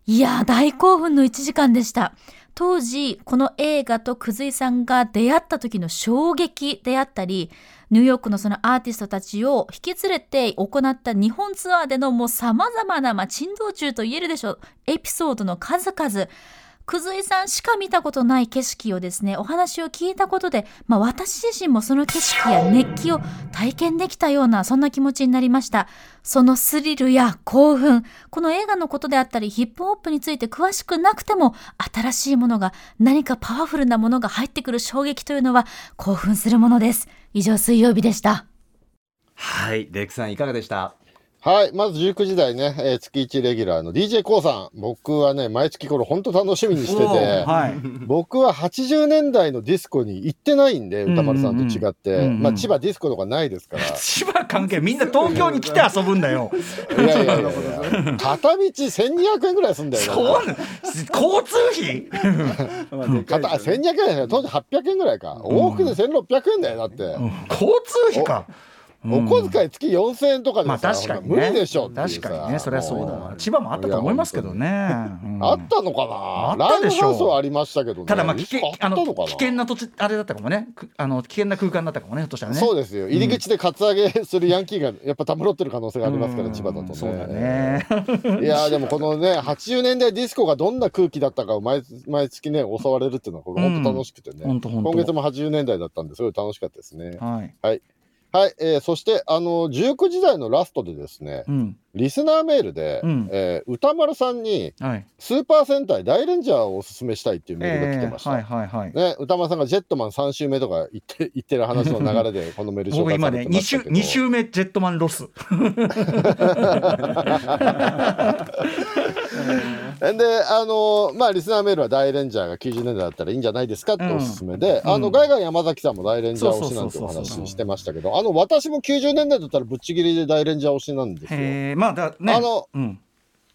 いやー大興奮の1時間でした当時この映画と葛井さんが出会った時の衝撃であったりニューヨークのそのアーティストたちを引き連れて行った日本ツアーでのもう様々な、まあ、珍道中と言えるでしょう、エピソードの数々。葛井さんしか見たことない景色をですね、お話を聞いたことで、まあ私自身もその景色や熱気を体験できたような、そんな気持ちになりました。そのスリルや興奮、この映画のことであったり、ヒップホップについて詳しくなくても、新しいものが、何かパワフルなものが入ってくる衝撃というのは、興奮するものです。以上、水曜日でした。
はいレイクさんいかがでした。
はい。まず19時台ね、えー月1レギュラーの DJ コウさん。僕はね、毎月これ本当楽しみにしてて、
おーはい、
僕は80年代のディスコに行ってないんで、
んうん
歌丸さんと違って、
うんうん
まあ千葉ディスコとかないです から。
千葉関係みんな東京に来て遊ぶんだよ
いやいやいやいや片道1200円ぐらいすんだ よ。
そうな交通費
まあでかい
片
ですよね
1200円だよ当時800円ぐらいか。往復で1600円だよ、だって。
交通費か
お小遣い月4000円とかで
まあ
さ、
確かにね
無理でしょっていう
確
さ
かにねそれはそうだ
も
わ千葉もあったと思いますけどね、うん
あったのかな
あったでしょ
ライブハウスはありましたけどね
ただまあ危険
あっ
あ
た
の
のかな
危険な土地あれだったかもねくあの危険な空間だったかもねひょっとしたらね
そうですよ入り口でカツアゲするヤンキーがやっぱたむろってる可能性がありますから、
うん
千葉だとね
そうだね
いやーでもこのね80年代ディスコがどんな空気だったかを毎毎月ね襲われるっていうのはこれ本当楽しくてね、
ほんとほんと
今月も80年代だったんですごい楽しかったですね
はい
はい、えーそしてあの19時代のラストでですね
うん
リスナーメールで、
うん
えー歌丸さんに
はい
スーパー戦隊大レンジャーをおすすめしたいっていうメールが来てました、
えーはいはいはい
ね、歌丸さんがジェットマン3周目とか言って言ってる話の流れでこのメール紹
僕
介さ
今
れ
ね
てま
2
した
週
けど
二週目ジェットマンロス
で、あのまあ、リスナーメールは大レンジャーが90年代だったらいいんじゃないですかって
うん
おすすめで、
うん
あの、ガイガン山崎さんも大レンジャー推しなんて
そ
お
うそうそうそう
話してましたけど、あの、私も90年代だったらぶっちぎりで大レンジャー推しなんですよ。
えー、まあだね
あの
うん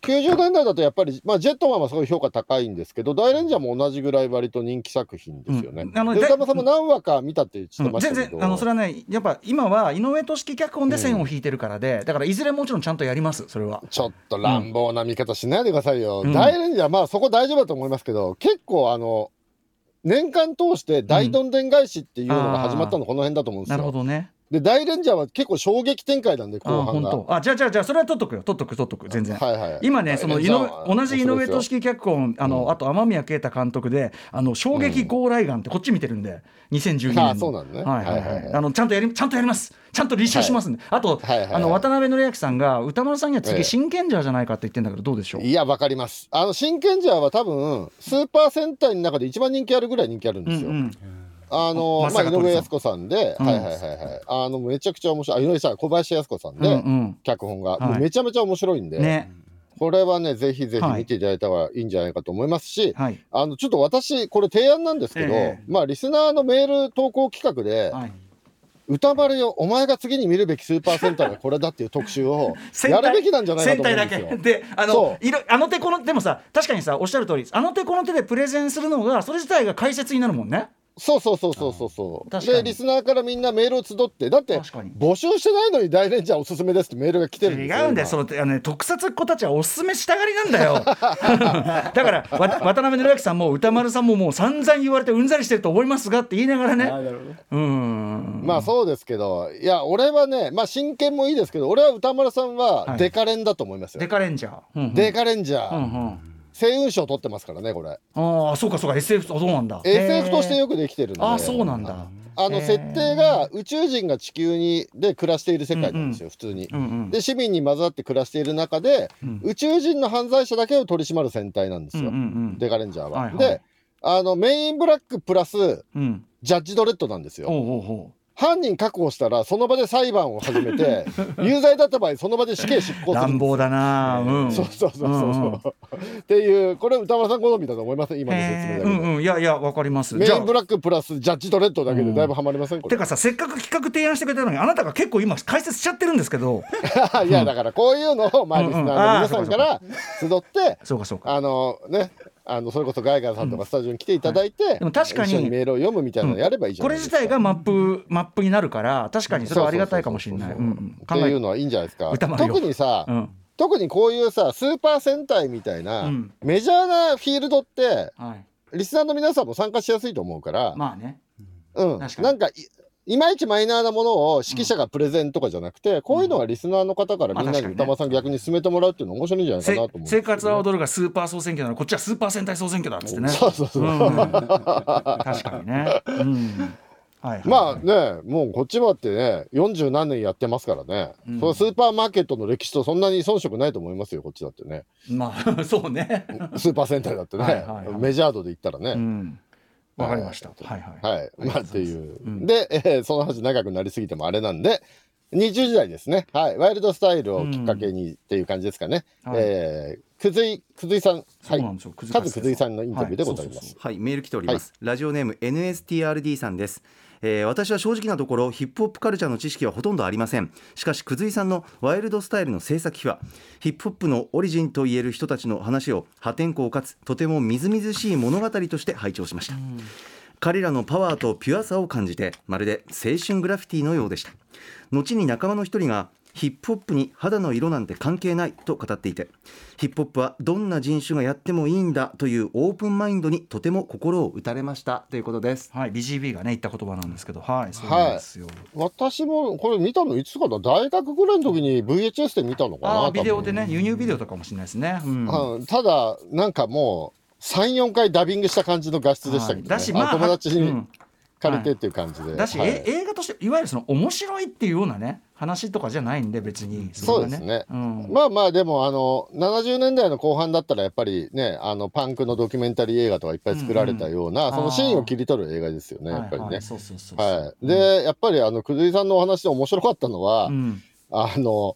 90年代だとやっぱり、まあ、ジェットマンはすごい評価高いんですけど、大レンジャーも同じぐらい割と人気作品ですよね。
うんあの
で
で
歌丸さんも何話か見たって言って
うん
まし
全
たけ
然
ど、
あのそれはねやっぱ今は井上俊樹脚本で線を引いてるからで、だからいずれもちろんちゃんとやりますそれは
ちょっと乱暴な見方しないでくださいよ。
うん
大レンジャー、まあそこ大丈夫だと思いますけど、結構あの、年間通して大どんでん返しっていうのが始まったのこの辺だと思うんで
な
す
るほ
よ。
どね
で、大レンジャーは結構衝撃展開なんで、
あ
後
あ
半
本
が。
当あじゃあじゃあじゃあそれは取っとくよ取っとく取っとく全然、
はいはい。
今ねその井上同じ井上
とし
俊樹脚本あの、あと天宮啓太監督で「あの衝撃高麗眼」ってこっち見てるんで2012年の
ああそうなんだね
はいはい
はい
は
はいはい
いあのちゃんとやりちゃんとやりますちゃんと立証しますんで、あと、
はいはいはい
あの渡辺紀明さんが歌丸さんには
ええ
次真剣じゃじゃないかって言ってんだけどどうでしょう
いや、わかります。あの、真剣ジャーは多分、スーパー戦隊の中で一番人気あるぐらい人気あるん
う
で
ん
すよ。
うん
あの
あ
まあ、
松坂
井
桃李
上
さん
靖子さんで、
うん
はいはいはいはい。あの、めちゃくちゃ面白い。あ井上さん、小林靖子さん
う
で、
んうん
脚本が、
はい
もうめちゃめちゃ面白いんで、
ね
これはね、ぜひぜひ
はい
見ていただいた方がいいんじゃないかと思いますし、
はい
あの、ちょっと私、これ提案なんですけど、
ええ
まあ、リスナーのメール投稿企画で、
はい
歌丸よ、お前が次に見るべきスーパー戦隊はこれだっていう特集を
戦
や
隊
るべきなんじゃないかと
戦
思うん
隊
で
だ
す
け
よ。
であの
そ
いろあの手このでもさ確かにさおっしゃる通りあの手この手でプレゼンするのがそれ自体が解説になるもんね
そうそうそうそうそうそう。
確かに
で、リスナーからみんなメールを集って、だって
確かに
募集してないのに大レンジャーおすすめですってメールが来てるんですよ。
違うんだよ
今
そのあの、ね、特撮っ子たちはおすすめしたがりなんだよ だからわ渡辺裕之さんも歌丸さんももう散々言われてうんざりしてると思いますがって言いながらねうん
まあそうですけど、いや、俺はね、まあ真剣もいいですけど、俺は歌丸さん
は
はいデカレンだと思いますよ。
デカレンジャー、うんうん
デカレンジャ
う
ー、
んうん
星雲賞取ってますからね、これ。
ああそうかそうか SF あそうなんだ
SF として
へー
よくできてるんで。
ああそうなんだ
あの
へー
設定が宇宙人が地球にで暮らしている世界なんですよ、普通に。
うんうん
で市民に混ざって暮らしている中で、
うん
宇宙人の犯罪者だけを取り締まる戦隊なんです
うん
よ、
うんうん
デカレンジャーは。
はいはい
であのメインブラックプラス
うん
ジャッジドレッドなんですよ。
ほうほうほ
犯人確保したらその場で裁判を始 めて有罪だった場合その場で死刑執
う
行す
乱
る。
暴だなうん
そうそうそうそ
う
う
んうん
そう。っていうこれ歌丸さん好みだと思います今の説
へーう
明だけで。
んうんいやいやわかります
メ
じゃ
インブ
あ
ラックプラスジャッジドレッドだけでだいぶハマりませんこれ
て。かさせっかく企画提案してくれたのにあなたが結構今解説しちゃってるんですけど
いやだからこういうのをまあ
うんう
リ
ん
スナーの皆さんから集って
そうかそうか
あのねあのそれこそガイガーさんとかスタジオに来ていただいて、
でも確かに
一緒にメールを読むみたいなのやればいいじゃ
こ
な
れ
いです
自体
か、
がマップマップになるから確かにそれはありがたいかもしれない
そううそ
ん
う
う
そうそうんっ
考
て
え
いうのはいいんじゃないですか
歌丸よ
特にさ、
うん
特にこういうさスーパー戦隊みたいな、
うん
メジャーなフィールドって
はい
リスナーの皆さんも参加しやすいと思うから、
まあね
うん、
確かに
なんかいいまいちマイナーなものを指揮者がプレゼンとかじゃなくて、こういうのはリスナーの方からみ
ま
んなに
あ確かにね
歌丸さん逆に進めてもらうっていうの面白いんじゃないか
せ
なと思うんですよ
生活は踊るがスーパー総選挙ならこっちはスーパー戦隊総選挙だっつってね
そうそうそう
うんうん確かにねうんはいはい
まあねもうこっちはってね40何年やってますからね、
うん
そのスーパーマーケットの歴史とそんなに遜色ないと思いますよこっちだっ てね
まあそうね
スーパー戦隊だってね
はいはいはい
メジャー度で言ったらね、
うんわかりましたはいはい
はいまあっていう、
ん
で、えーその話長くなりすぎてもあれなんで20時代ですねはいワイルドスタイルをきっかけにっていう感じですかね、
はい
えーくずいくずいさん
そ
は
うなん
い
ですよ
カズくずいさんのインタビューでございます、
はそうそうそう
はい、メール来ております。ラジオネーム NSTRD さんです。えー私は正直なところヒップホップカルチャーの知識はほとんどありませんしかし久井さんのワイルドスタイルの制作秘話ヒップホップのオリジンといえる人たちの話を破天荒かつとてもみずみずしい物語として拝聴しました、彼らのパワーとピュアさを感じてまるで青春グラフィティのようでした後に仲間の一人がヒップホップに肌の色なんて関係ないと語っていてヒップホップはどんな人種がやってもいいんだというオープンマインドにとても心を打たれましたということです
はい BGB がね言った言葉なんですけどはいそうなんですよ
私もこれ見たのいつかな大学ぐらいの時に VHS で見たのかな
あ
多
あ
分
ビデオでね輸入ビデオとかもしれないですねうん
うんただなんかもう34回ダビングした感じの画質でしたけど、ね
はいだしまあ
友達
う
に
ん
借りてっていう感じで、
だし、
はい
え映画としていわゆるその面白いっていうようなね話とかじゃないんで別に
そ
れ
う
は
ですね、
うん
まあまあでもあの70年代の後半だったらやっぱりねあのパンクのドキュメンタリー映画とかいっぱい作られたような、
うんうん
そのシーンを切り取る映画ですよね、
はい
やっぱりね。
はいそうそうそうそう
はい、で、やっぱりあの久井さんのお話で面白かったのは、
うん
あの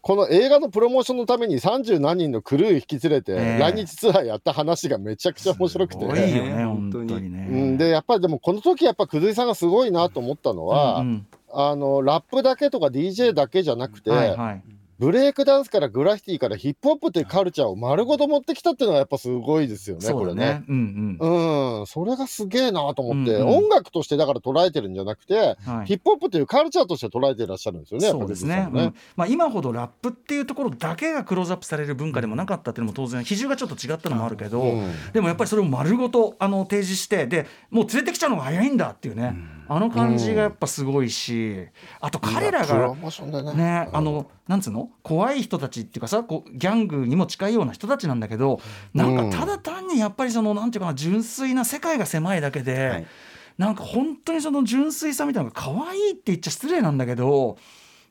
この映画のプロモーションのために30何人のクルー引き連れて、
ねえ
来日ツアーやった話がめちゃくちゃ面白く
す
て、
ごいよね本
本
当
当に
に
う
ね
ん、でやっぱりでもこの時やっぱ久井さんがすごいなと思ったのは、
うん
あのラップだけとか DJ だけじゃなくて、
うんはいはい
ブレイクダンスからグラフィティからヒップホップというカルチャーを丸ごと持ってきたっていうのはやっぱすごいですよね
そう
これ
だ
ね
ね。うん
うん、それがすげえなと思って、
うんうん
音楽としてだから捉えてるんじゃなくて、
うんはい
ヒップホップというカルチャーとして捉えていらっしゃるんですよね、
そうですね
やっぱり
うんまあ、今ほどラップっていうところだけがクローズアップされる文化でもなかったっていうのも当然比重がちょっと違ったのもあるけど、
うん
でもやっぱりそれを丸ごとあの提示してでもう連れてきちゃうのが早いんだっていうね、あの感じがやっぱすごいしあと彼ら
プ
が
ロモーションだね
ね、あのなんつうの怖い人たちっていうかさこうギャングにも近いような人たちなんだけどなん
うん
かただ単にやっぱりそのなんていうかな純粋な世界が狭いだけで、
はい
なんか本当にその純粋さみたいなのが可愛いって言っちゃ失礼なんだけど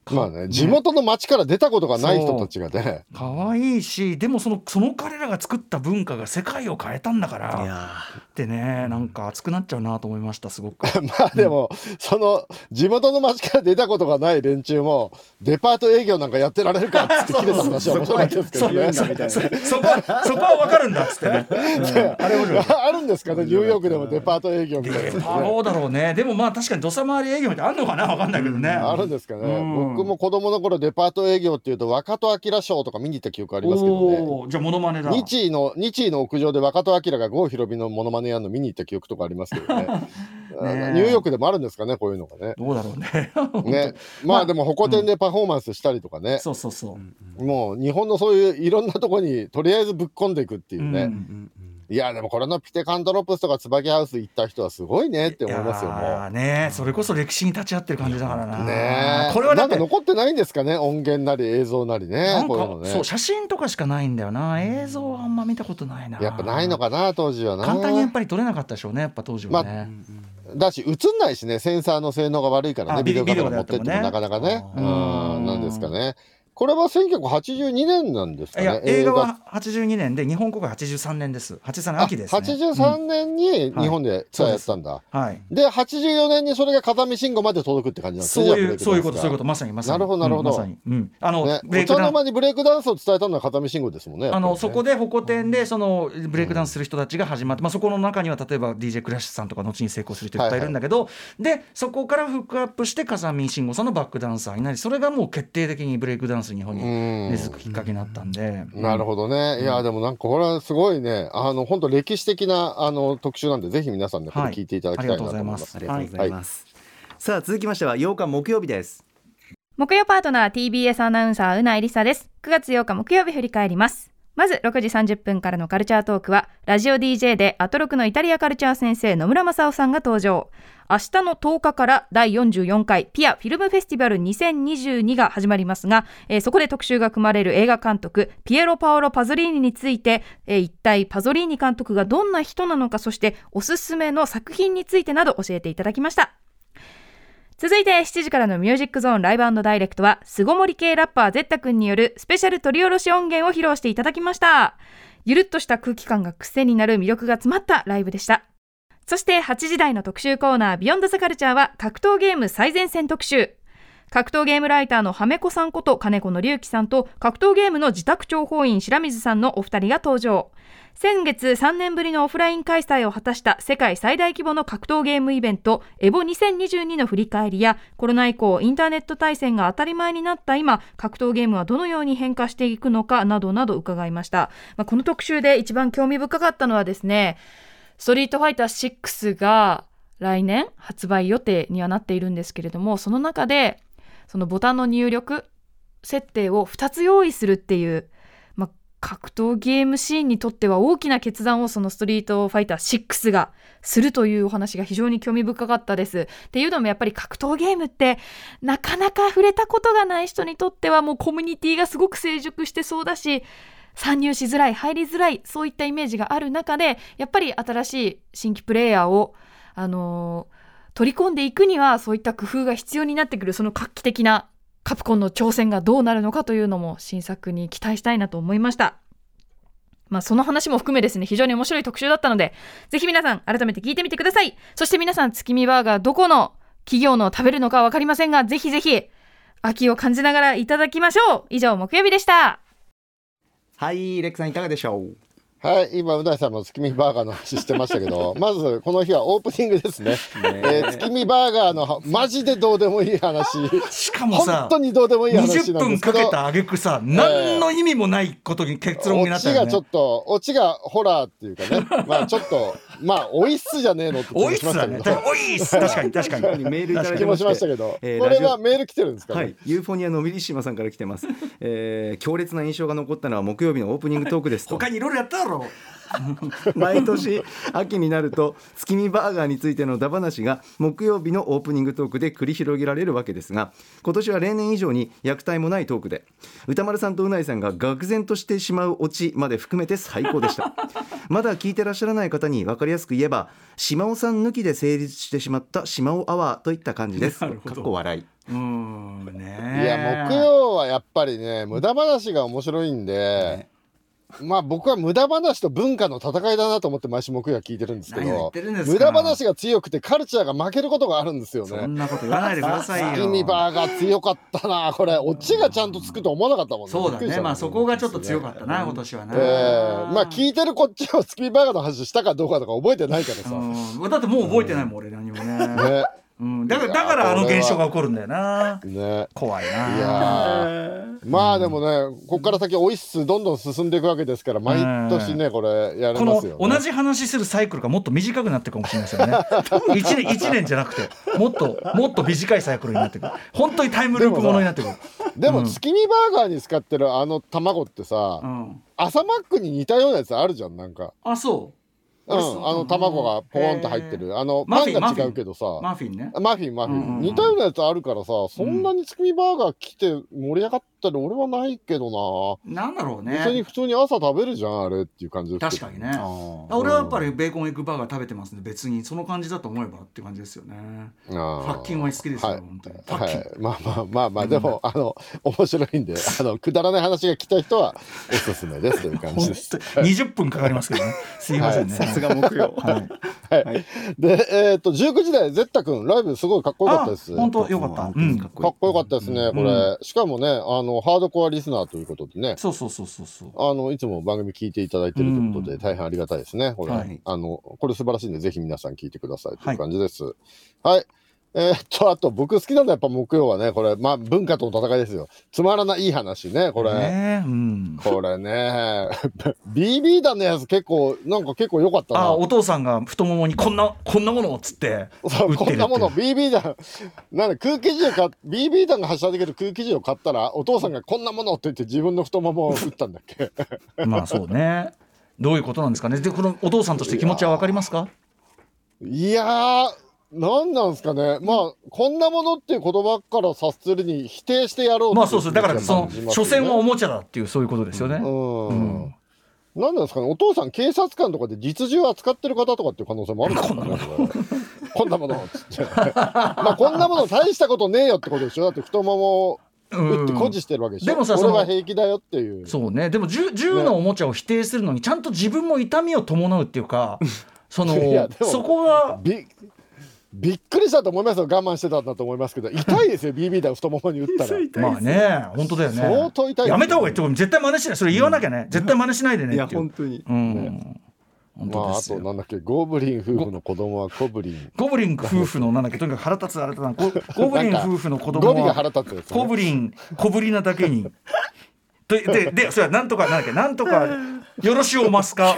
まあね、地元の町から出たことがない人たちがね、
可愛いしでもそのその彼らが作った文化が世界を変えたんだか
い
ら
や
ってねなんか熱くなっちゃうなと思いましたすごく
まあでも、その地元の町から出たことがない連中も、デパート営業なんかやってられるかっつって切れた話は面白いですけどね。
みたいな。
そこはそこは分かるんだっつって ね
あ あるんですかね、ニューヨークでもデパート営業みたいなやつね、
あどうだろうねでもまあ確かに土佐回り営業みたいなのあんのかな分かんないけどね、
あるんですかね、
うん
僕も子供の頃デパート営業っていうと若戸明賞とか見に行った記憶ありますけどね
おーじゃあモノマネだ
日位の日位の屋上で若戸明が郷ひろみのモノマネやるの見に行った記憶とかありますけ どねあの
ねえ
ニューヨークでもあるんですかねこういうのがね
どうだろうね
ねまあでも矛盾でパフォーマンスしたりとか ね、
そうそうそう、
もう日本のそういういろんなとこにとりあえずぶっ込んでいくっていうね、
うん
いやでもこれのピテカントロップスとか椿ハウス行った人はすごいねって
い
思い
や
ますよね
ーねそれこそ歴史に立ち会ってる感じだからな、
ねえ
これはだ
な
っ
んか
て
残ってないんですかね音源なり映像なりね
なん
こ
か
ういうのね
そう写真とかしかないんだよな映像はあんま見たことないな
やっぱないのかな当時はな
簡単にやっぱり撮れなかったでしょうねやっぱ当時はね、
だし映んないしねセンサーの性能が悪いか
あ
らねビデオカメ
ビ
ラ
デオ
持っ
で
て
や
っ
っててもね
もなかなかね
う
うんんなんですかねこれは1982年なんですか
いや
ね
映画は82年で日本公開83年です83年
あ
秋です、ね、
83年に日本でツアーやってたんだ、
うんはい
で84年にそれが風見慎吾まで届くって感じなんです
そ
ね
う
じゃ
い
あ
うそういうことそういうこ
ブレイク
とまさにまさに
なるほどなるほど
うんまさに、うん、あの、
ダンスが
ブレ
ね、
イ
お
ク
茶
ダ
の
ウン
間にブレイクダンスを伝えたのは風見慎吾ですもんね。
あのそこ
で
でホ店でそのブレイクダンスする人たちが始まって、まあ、そこの中には例えば DJ クラッシュさんとか後に成功する人いっぱいいるんだけど、でそこからフックアップして風見慎吾さんのバックダンサーになりそれがもう決定的にブレイクダンス日本に根付くきっかけになったんで。
なるほどね。いや、でもなんかこれはすごいね、あの、本当歴史的な、あの、特集なんで、ぜひ皆さんね、これ
はい
聞いていただきたいなと思います。
ありがとうございます。さあ続きましては8日木曜日です。
木曜パートナー TBS アナウンサーうなえりさです9月8日木曜日振り返りますまず6時30分からのカルチャートークはラジオ DJ でアトロクのイタリアカルチャー先生野村正夫さんが登場明日の10日から第44回ピアフィルムフェスティバル2022が始まりますが、えーそこで特集が組まれる映画監督ピエロ・パオロ・パゾリーニについて、えー一体パゾリーニ監督がどんな人なのかそしておすすめの作品についてなど教えていただきました続いて7時からのミュージックゾーンライブダイレクトは、凄盛系ラッパーゼッタ君によるスペシャル取り下ろし音源を披露していただきました。ゆるっとした空気感が癖になる魅力が詰まったライブでした。そして8時台の特集コーナービヨンドザカルチャーは格闘ゲーム最前線特集。格闘ゲームライターのハメ子さんこと金子の隆起さんと格闘ゲームの自宅情報員白水さんのお二人が登場。先月3年ぶりのオフライン開催を果たした世界最大規模の格闘ゲームイベントエボ2022の振り返りやコロナ以降インターネット対戦が当たり前になった今格闘ゲームはどのように変化していくのかなどなど伺いました、まあ、この特集で一番興味深かったのはですねストリートファイター6が来年発売予定にはなっているんですけれどもその中でそのボタンの入力設定を2つ用意するっていう、まあ、格闘ゲームシーンにとっては大きな決断をそのストリートファイター6がするというお話が非常に興味深かったです。っていうのもやっぱり格闘ゲームってなかなか触れたことがない人にとってはもうコミュニティがすごく成熟してそうだし参入しづらい入りづらいそういったイメージがある中でやっぱり新しい新規プレイヤーをあのー取り込んでいくにはそういった工夫が必要になってくるその画期的なカプコンの挑戦がどうなるのかというのも新作に期待したいなと思いました。まあその話も含めですね、非常に面白い特集だったので、ぜひ皆さん改めて聞いてみてください。そして皆さん、月見バーガーどこの企業のを食べるのかわかりませんが、ぜひぜひ秋を感じながらいただきましょう。以上、木曜日でした。
はいレックさんいかがでしょう。
はい、今、うなえさんも月見バーガーの話してましたけど、まずこの日はオープニングですね。 えー月見バーガーのはマジでどうでもいい話。
しかもさ
本当にどうでもいい話
20
なんで
分
すけ
か
ど
け。た挙句さ何の意味もないことに結論にな
オ
った
チ
よ
が
ね
ちょっと、オチがホラーっていうかね、まあちょっと、まあ、おいっすじゃねえのって気
お
も
いっ
し
す
まし
だ
たけ
ね
ど、
おいっす確かに確かに
メールいただ
気
き
も
ま
し
し
ま
て
したけど、
えー
こ
ラ
れ
ジオ
はメール来てるんですかね。
はい、ユーフォニアのミリシマさんから来てます、えー強烈な印象が残ったのは木曜日のオープニングトークですと
他にいろいろやっただろ
毎年秋になると月見バーガーについてのダ話が木曜日のオープニングトークで繰り広げられるわけですが今年は例年以上に虐待もないトークで歌丸さんとうないさんが愕然としてしまうオチまで含めて最高でした まだ聞いてらっしゃらない方に分かりやすく言えば島尾さん抜きで成立してしまった島尾アワーといった感じですか
な
っ
るほど
こ笑い
うんね
いや木曜はやっぱりね無駄話が面白いんで、まあ僕は無駄話と文化の戦いだなと思って毎週木曜は聞いてるんですけ
何言っ
ど
てるんですか
無駄話が強くてカルチャーが負けることがあるんですよ
そ
ね
ん。なこと言わないでくださいよ
月見バーガー強かったなこれオチがちゃんとつくと思わなかったもんね
そうだ
びっくりし
ね
た
まあそこがちょっと強かったな今年はな、
えーまあ聞いてるこっちは月見バーガーの話したかどうかとか覚えてないからさ、
うん、だってもう覚えてないもん、俺何もね、
ね
うん、だからだからあの現象が起こるんだよな
ね
怖い
い
な
やーまあでもね、ここから先オイスどんどん進んでいくわけですから毎年ねこれやれ
こ
ま
の
すよ、ね、
同じ話するサイクルがもっと短くなっていくかもしれないですよね一 年一年じゃなくてもっともっと短いサイクルになっていく本当にタイムループものになっていくる、
でも月見バーガーに使ってるあの卵ってさ、
うん、
朝マックに似たようなやつあるじゃんなんか、、
あそうあそうん
あの卵がポコンと入ってるあの
マ
パ
フィ
ン
ン
が違うけどさ
マフィンね
マフィンマフィン、
うんうんうん
似たようなやつあるからさそんなに月見バーガー来て盛り上がったり俺はないけど
なんだろう
な、普通に
ね
普通に朝食べるじゃんあれっていう感じで
確
す
かにね俺はやっぱりベーコンエッグバーガー食べてますんで別にその感じだと思えばっていう感じですよね
フ
ファッキンは好きですよ、本当にファッ
は
キン、
い、まあまあまあまあでも、あの面白いんであのくだらない話が来た人はおすすめですという感
本
じ
当
で
に
す。
20分かかります けどねすいませんね、
さすが木曜
はい
で、えっと19時台ゼッタ君ライブすごいかっこよかったです。
あ本
か
当よかった、う
か
ん
っ、
っこよかったですね、これ。しかもねあのハードコアリスナーということでね
そうそうそうそうそう
あのいつも番組聞いていただいてるということで、
うん
大変ありがたいですねこれ、
はい
あのこれ素晴らしいんでぜひ皆さん聞いてくださいと
はいいう
感じです。はい、えーっとあと僕好きなのはやっぱ木曜はねこれまあ文化との戦いですよつまらない話ねこれ。
ねえうん
これね、BB 弾のやつ結構、なんか結構良かった
あ
な。
お父さんが太ももにこんなこんなものをっつって
そう
打ってるって
こんなもの BB 弾、なんだ空気銃か、BB 弾が発射できる空気銃を買ったら、お父さんがこんなものって言って自分の太ももを打ったんだっけ。
まあそうねどういうことなんですかねでこのお父さんとして気持ちはわかりますか
いやー、なんなんですかね。まあ、こんなものっていう言葉から察するに否定してやろう
まあそうそうだからそ
感じ
の
ますよ
所
ね
詮はおもちゃだっていうそういうことですよね、
うん。なんなんですかねお父さん警察官とかで実銃扱ってる方とかっていう可能性もあるんですかねこんなものっつって まあこんなもの大したことねえよってことでしょだって太ももを打って誇示してるわけでしょ、
でもさそ
俺
の
は平気だよっていう
そうねでも銃銃のおもちゃを否定するのにちゃんと自分も痛みを伴うっていう かその
いやでも
そこは
びびっくりしたと思いますよ我慢してたんだと思いますけど痛いで すよ BB 弾太ももに打ったら
まあね本当だよね
相当痛いですよ
やめた方がいいって絶対真似しないそれ言わなきゃね、絶対真似しないで ね
いや
っていう
本当に
うん、本
ま
当
あ
で
あ
す
と
よ、
なんだっけゴブリン夫婦の子供はコブリン
ゴブリン夫婦のなんだっけとにかく腹立つあれだ なゴゴブリン夫婦の子
語
供
尾が腹
は
立つやつね
ゴブリン小ぶりなだけにでででそれはなんとかなんだっけなんとかよろしおますか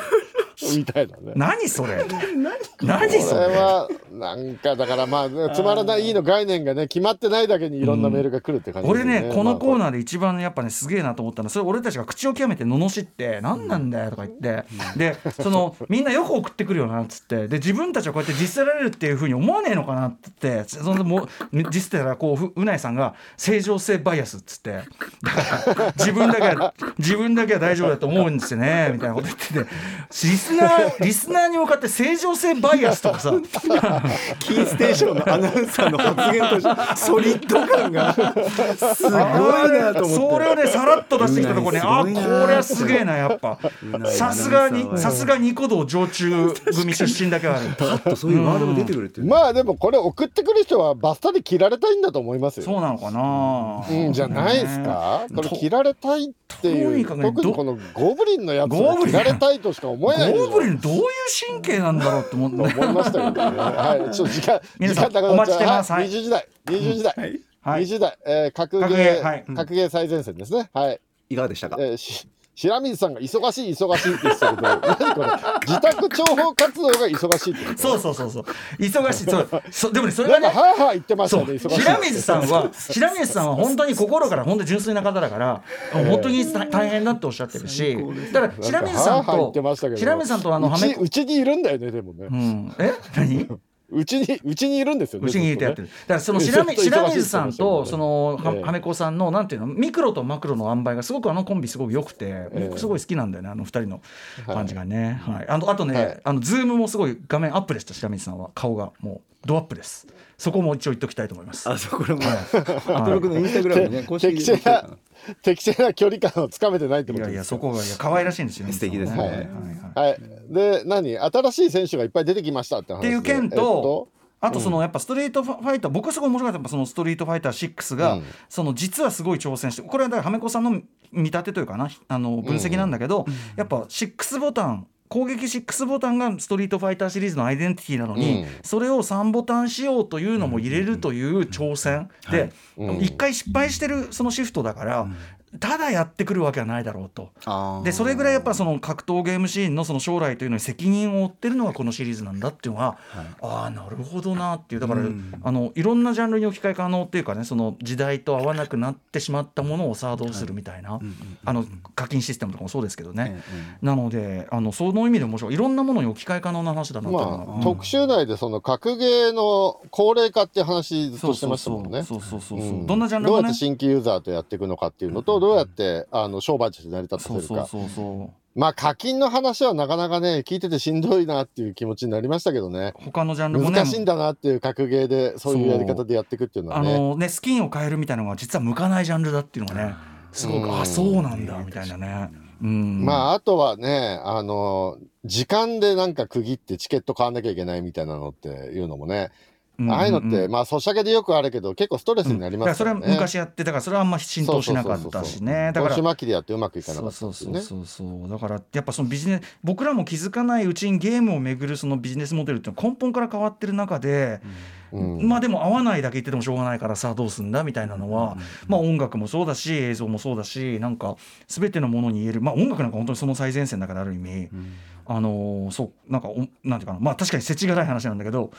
みたいなね
何そ れ何
こ
そ
れ
れ
はなんかだからまあつまらないの概念がね決まってないだけにいろんなメールが来るって感じ
俺ね、このコー
ー
ナーで一番やっぱねすげえなと思ったのはそれ俺たちが口を極めて罵って「何なんだよ」とか言って、でそのみんなよく送ってくるよなっつってで自分たちはこうやってディスられるっていうふうに思わねえのかなっつってそのもディスったらこうふうないさんが「正常性バイアス」っつってだから自分だけは自分だけは大丈夫だと思うんですよねみたいなこと言っててリスナーリスナーに向かって正常性バイアスとかさ
キーステーションのアナウンサーの発言としてソリッド感が すごいなと思って
それをねさらっと出してきたところねあ
う
あ
んす
ー
ごいな
これはすげえなやっぱ
うん
さすが
う
に
ん
さすがニコ動常駐組出身だけはある
パッとそういうワードが出てくるっていう、
まあでもこれ送ってくる人はバスタで切られたいんだと思いますよ
そうなのかな
うんじゃないですか
ね
これ切られたいって
とと
い
に
う
かくね
特にこのゴブリンのやつ
ゴブ
は
リン
切られたいとしか思えないでし
ゴ
ょ
ーブリンどういう神経なんだろうって思っ
と
て
思いましたけどねはいちょっと時間
皆
時
さん
間なくなっち
お待ち
ゃ
し
う
てます
は
はい
い20時代20時代
はい
20代えー格
格ゲーは
ゲ
い
ー格ゲー最前線ですねはい
いかがでしたか
えーし白水さんが忙しい忙しいって言ってたけど 何これ自宅諜報活動が忙しいってこと
そうそうそうそう忙しいそうそうでもねそれ
な
が
んか
ね
はあはあ言ってまし
そ
た
う
ね忙しいって
平水さん は平水さんは本当に心から本当に純粋な方だから本当に大大変だっておっしゃってるしだから
なん
平
か
水さん
はあはあ言
と
ってましたけど
平水さんとあの
う
は
ち
め
うちにいるんだよねでもね
うんえ何
うちにうちにいるんですよね
うちに入れてやって
ずっ
る。だからその白
ずっと忙しい
水白水さんと
って
そ
言って
の
ましたもんね
ははめこさんのなんていうのミクロとマクロの塩梅がすごくあのコンビすごく良くて
え
僕すごい好きなんだよねあの二人の感じがね。はい。あのあと
はい
ねあのズームもすごい画面アップでした白水さんは顔がもうドアップです。そこも一応言っときたいと思います。
あそうこれもアトロクのインスタグラムにね公式
適正な 適正な距離感をつかめてないって
い
こと
やい
で
や
す
そ
か
こがいや可愛らしいんですよ。
素敵ですね
白水さんははいはい
はいで何新しい選手がいっぱい出てきましたって話
っ
で
ていう件
えっ
と、あとそのやっぱストリートファイター、僕はすごい面白かったやっぱそのストリートファイター6が、
うん
その実はすごい挑戦してこれはだからはめこさんの見立てというかなあの分析なんだけど、やっぱ6ボタン攻撃6ボタンがストリートファイターシリーズのアイデンティティなのに、
うん
それを3ボタンしようというのも入れるという挑戦で
うん
1回失敗してるそのシフトだから、ただやってくるわけはないだろうと。でそれぐらいやっぱその格闘ゲームシーンのその将来というのに責任を負ってるのがこのシリーズなんだっていうのは、ああなるほどなっていうだから、あのいろんなジャンルに置き換え可能っていうかねその時代と合わなくなってしまったものをサードするみたいな、あの課金システムとかもそうですけどね、なのであのその意味でも面白いいろんなものに置き換え可能な話だなと思う
まあ、
うん
特集内でその格ゲーの高齢化って話ずっ
そ
と
う
して
そう
ました
そ
もんね
う。そうそうそう、
うん
どんなジャンル
ど
も
うやっ
ね
て新規ユーザーとやっていくのかっていうのと、どうやってあの商売として成り立たせ
そう
るか
そうそうそう
まあ課金の話はなかなかね聞いててしんどいなっていう気持ちになりましたけどね
他のジャンルもね
難しいんだなっていう格ゲーでそういうやり方でやっていくっていうのは
あ
ね
のねスキンを変えるみたいなのが実は向かないジャンルだっていうのがねすご
う
く
ん
あそうなんだみたいなね。うん
ま
あ
ああとはねあの時間でなんか区切ってチケット買わなきゃいけないみたいなのっていうのもね、ああいうのってまあソシャゲでよくあるけど結構ストレスになり
だ
ます
か
から
ら
ね、
それは昔やってたからそれはあんま浸透しなかったしねだ
今
から
週末期でやってうまくいかな
そ
か
う
った
そ
っ
う
てい
そうう
ね
そうそうだからやっぱそのビジネス僕らも気づかないうちにゲームをめぐるそのビジネスモデルっていうのは根本から変わってる中で、
うん
まあでも合わないだけ言っててもしょうがないからさあどうすんだみたいなのは、まあ音楽もそうだし映像もそうだしなんか全てのものに言えるまあ音楽なんか本当にその最前線だからある意味、あのーそうなんかおなんていうかなまあ確かに世知辛い話なんだけど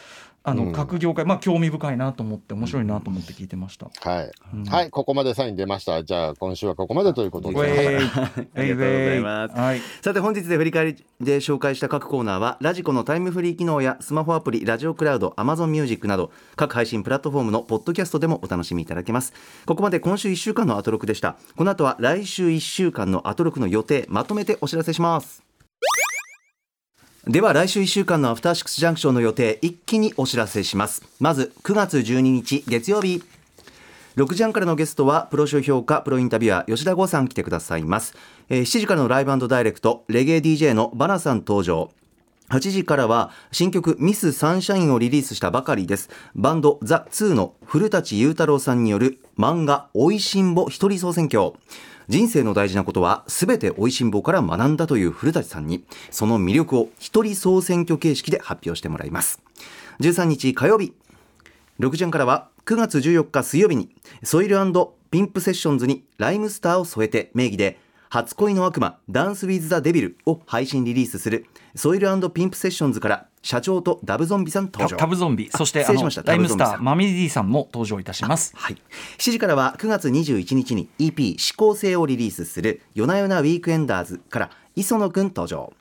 あの、
うん
各業界まあ興味深いなと思って面白いなと思って聞いてました。
はい、
うん
はい、ここまでサイン出ました。じゃあ、今週はここまでということで。
ウェイ
ありがとうございます
ウェイはい
さて本日で振り返りで紹介した各コーナーはラジコのタイムフリー機能やスマホアプリラジオクラウド Amazon ミュージックなど各配信プラットフォームのポッドキャストでもお楽しみいただけますここまで今週1週間のアトロクでしたこの後は来週1週間のアトロクの予定まとめてお知らせしますでは来週1週間のアフターシックスジャンクションの予定一気にお知らせしますまず9月12日月曜日6時半からのゲストはプロ書評家プロインタビュアー吉田剛さん来てくださいます、えー7時からのライブダイレクトレゲエ DJ のバナさん登場8時からは新曲ミスサンシャインをリリースしたばかりですバンドザ・ツーの古舘裕太郎さんによる漫画おいしんぼ一人総選挙人生の大事なことは全ておいしんぼから学んだという古舘さんにその魅力を一人総選挙形式で発表してもらいます13日火曜日6時半からは9月14日水曜日にソイルピンプセッションズにライムスターを添えて名義で初恋の悪魔ダンスウィズザデビルを配信リリースするソイルピンプセッションズから社長とダブゾンビさん登
タ
場
タブゾンビそしてあ
失礼し
の
ました
ライム
タブゾ
ス
ンビ
タ
さん
ーマミディさんも登場いたします
はい、7時からは9月21日に EP「思考性」をリリースする「夜な夜なウィークエンダーズ」から磯野くん登場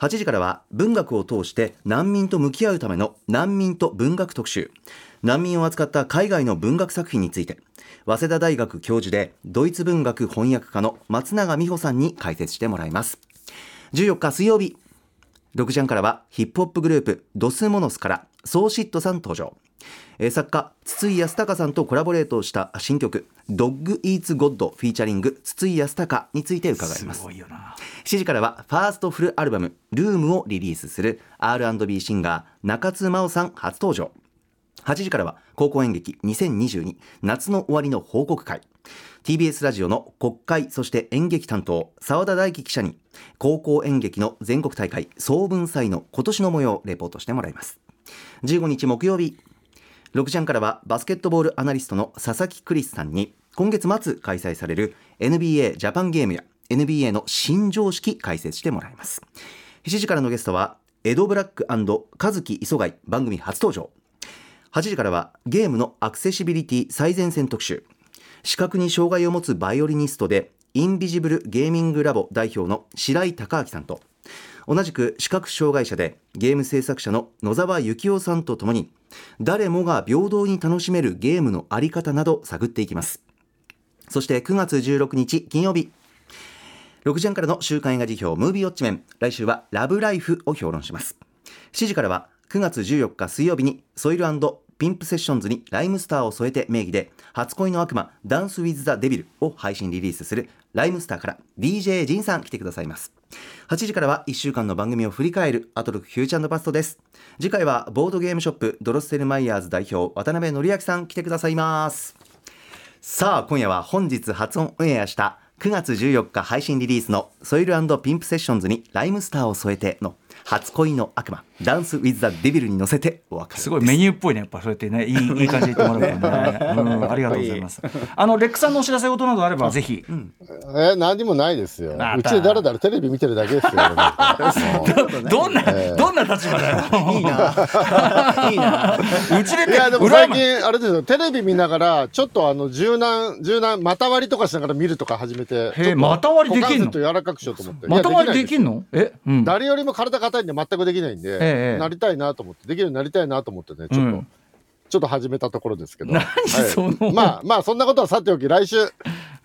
8時からは文学を通して難民と向き合うための難民と文学特集難民を扱った海外の文学作品について早稲田大学教授でドイツ文学翻訳家の松永美穂さんに解説してもらいます14日水曜日6時半からはヒップホップグループドスモノスからソーシットさん登場えー作家筒井康隆さんとコラボレートをした新曲「ドッグ・イーツ・ゴッド」フィーチャリング筒井康隆について伺います
いよな
7時からはファーストフルアルバム「ルームをリリースする R&B シンガー中津真央さん初登場8時からは高校演劇2022夏の終わりの報告会 TBS ラジオの国会そして演劇担当澤田大樹記者に高校演劇の全国大会総文祭の今年の模様をレポートしてもらいます15日木曜日6時半からはバスケットボールアナリストの佐々木クリスさんに今月末開催される NBA ジャパンゲームや NBA の新常識解説してもらいます7時からのゲストはエド・ブラック和樹磯貝番組初登場8時からはゲームのアクセシビリティ最前線特集視覚に障害を持つバイオリニストでインビジブルゲーミングラボ代表の白井孝明さんと同じく視覚障害者でゲーム制作者の野沢幸雄さんとともに誰もが平等に楽しめるゲームのあり方など探っていきますそして9月16日金曜日6時半からの週刊映画辞表ムービーウォッチメン来週はラブライフを評論します7時からは9月14日水曜日にソイルピンプセッションズにライムスターを添えて名義で初恋の悪魔ダンスウィズザデビルを配信リリースするライムスターから DJ ジンさん来てくださいます8時からは1週間の番組を振り返るアトロックフューチャーパストです次回はボードゲームショップドロッセルマイヤーズ代表渡辺則明さん来てくださいますさあ今夜は本日発音オンエアした9月14日配信リリースのソイルピンプセッションズにライムスターを添えての初恋の悪魔ダンスウィズザデビルに乗せてお別れです
すごいメニューっぽいね、やっぱそうやってね、いい いい感じで言ってもらうからね、うんありがとうございます。あのレックさんのお知らせ事などあれば、ぜひ、
え、何にもないですよ
ま。た
うちでだらだらテレビ見てるだけです よ。俺なんか
どんな、どんな立場だよ、
いいないいな
うちで
いや、で
て、
も
裏
最
山
近、あれですよ、テレビ見ながら、ちょっとあの、柔軟、柔軟、股割りとかしながら見るとか始めて、
へえ
ちょっと
股割りできんの
股関節柔らかくしようと思って。
まとまり
いや
できん
の
のえ、うん、
誰よりも体硬いんで全くできないん
ええ
で、なりたいなと思って、できるようになりたいなと思ってね、ちょっと、
うん
ちょっと始めたところですけど。
何
は い
その
まあまあ、そんなことはさておき、来週、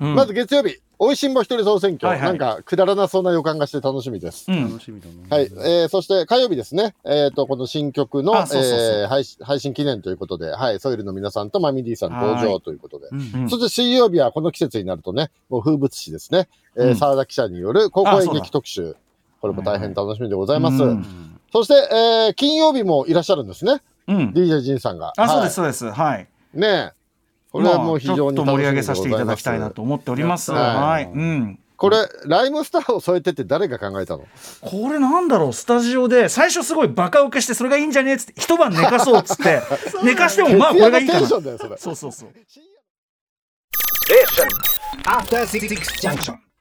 うん
まず月曜日、おいしんぼ一人総選挙、
はいはい
なんかくだらなそうな予感がして楽しみです。
うん、
しみだな
はい、えー、そして火曜日ですね、えー、とこの新曲の
あそうそうそう
えー配信配信記念ということで、はい、ソイルの皆さんとマミディさん登
は
場ということで、
うん
そして水曜日はこの季節になるとね、もう風物詩ですね、えー
うん
沢田記者による高校演
あそうだ
劇特集、これも大変楽しみでございます。
うん
そして、えー金曜日もいらっしゃるんですね、
うん、
DJ ジンさんが。
あ、そうです、
は
そうです、はい。
い、ねえこれはもう非常に
まあちょっと盛り上げ
楽しみでご
させてい
ざ
ただきたい
ま
な
す
と思っております。
やったー
はい、うん。
これ、ライムスターを添えてって誰が考えたの
これなんだろうスタジオで最初すごいバカ受けしてそれがいいんじゃねえっつって一晩寝かそうっつって寝かしても まあこれがいいか
テ
な
ンションだよ、それ。
そうそうそう
After Six Junction.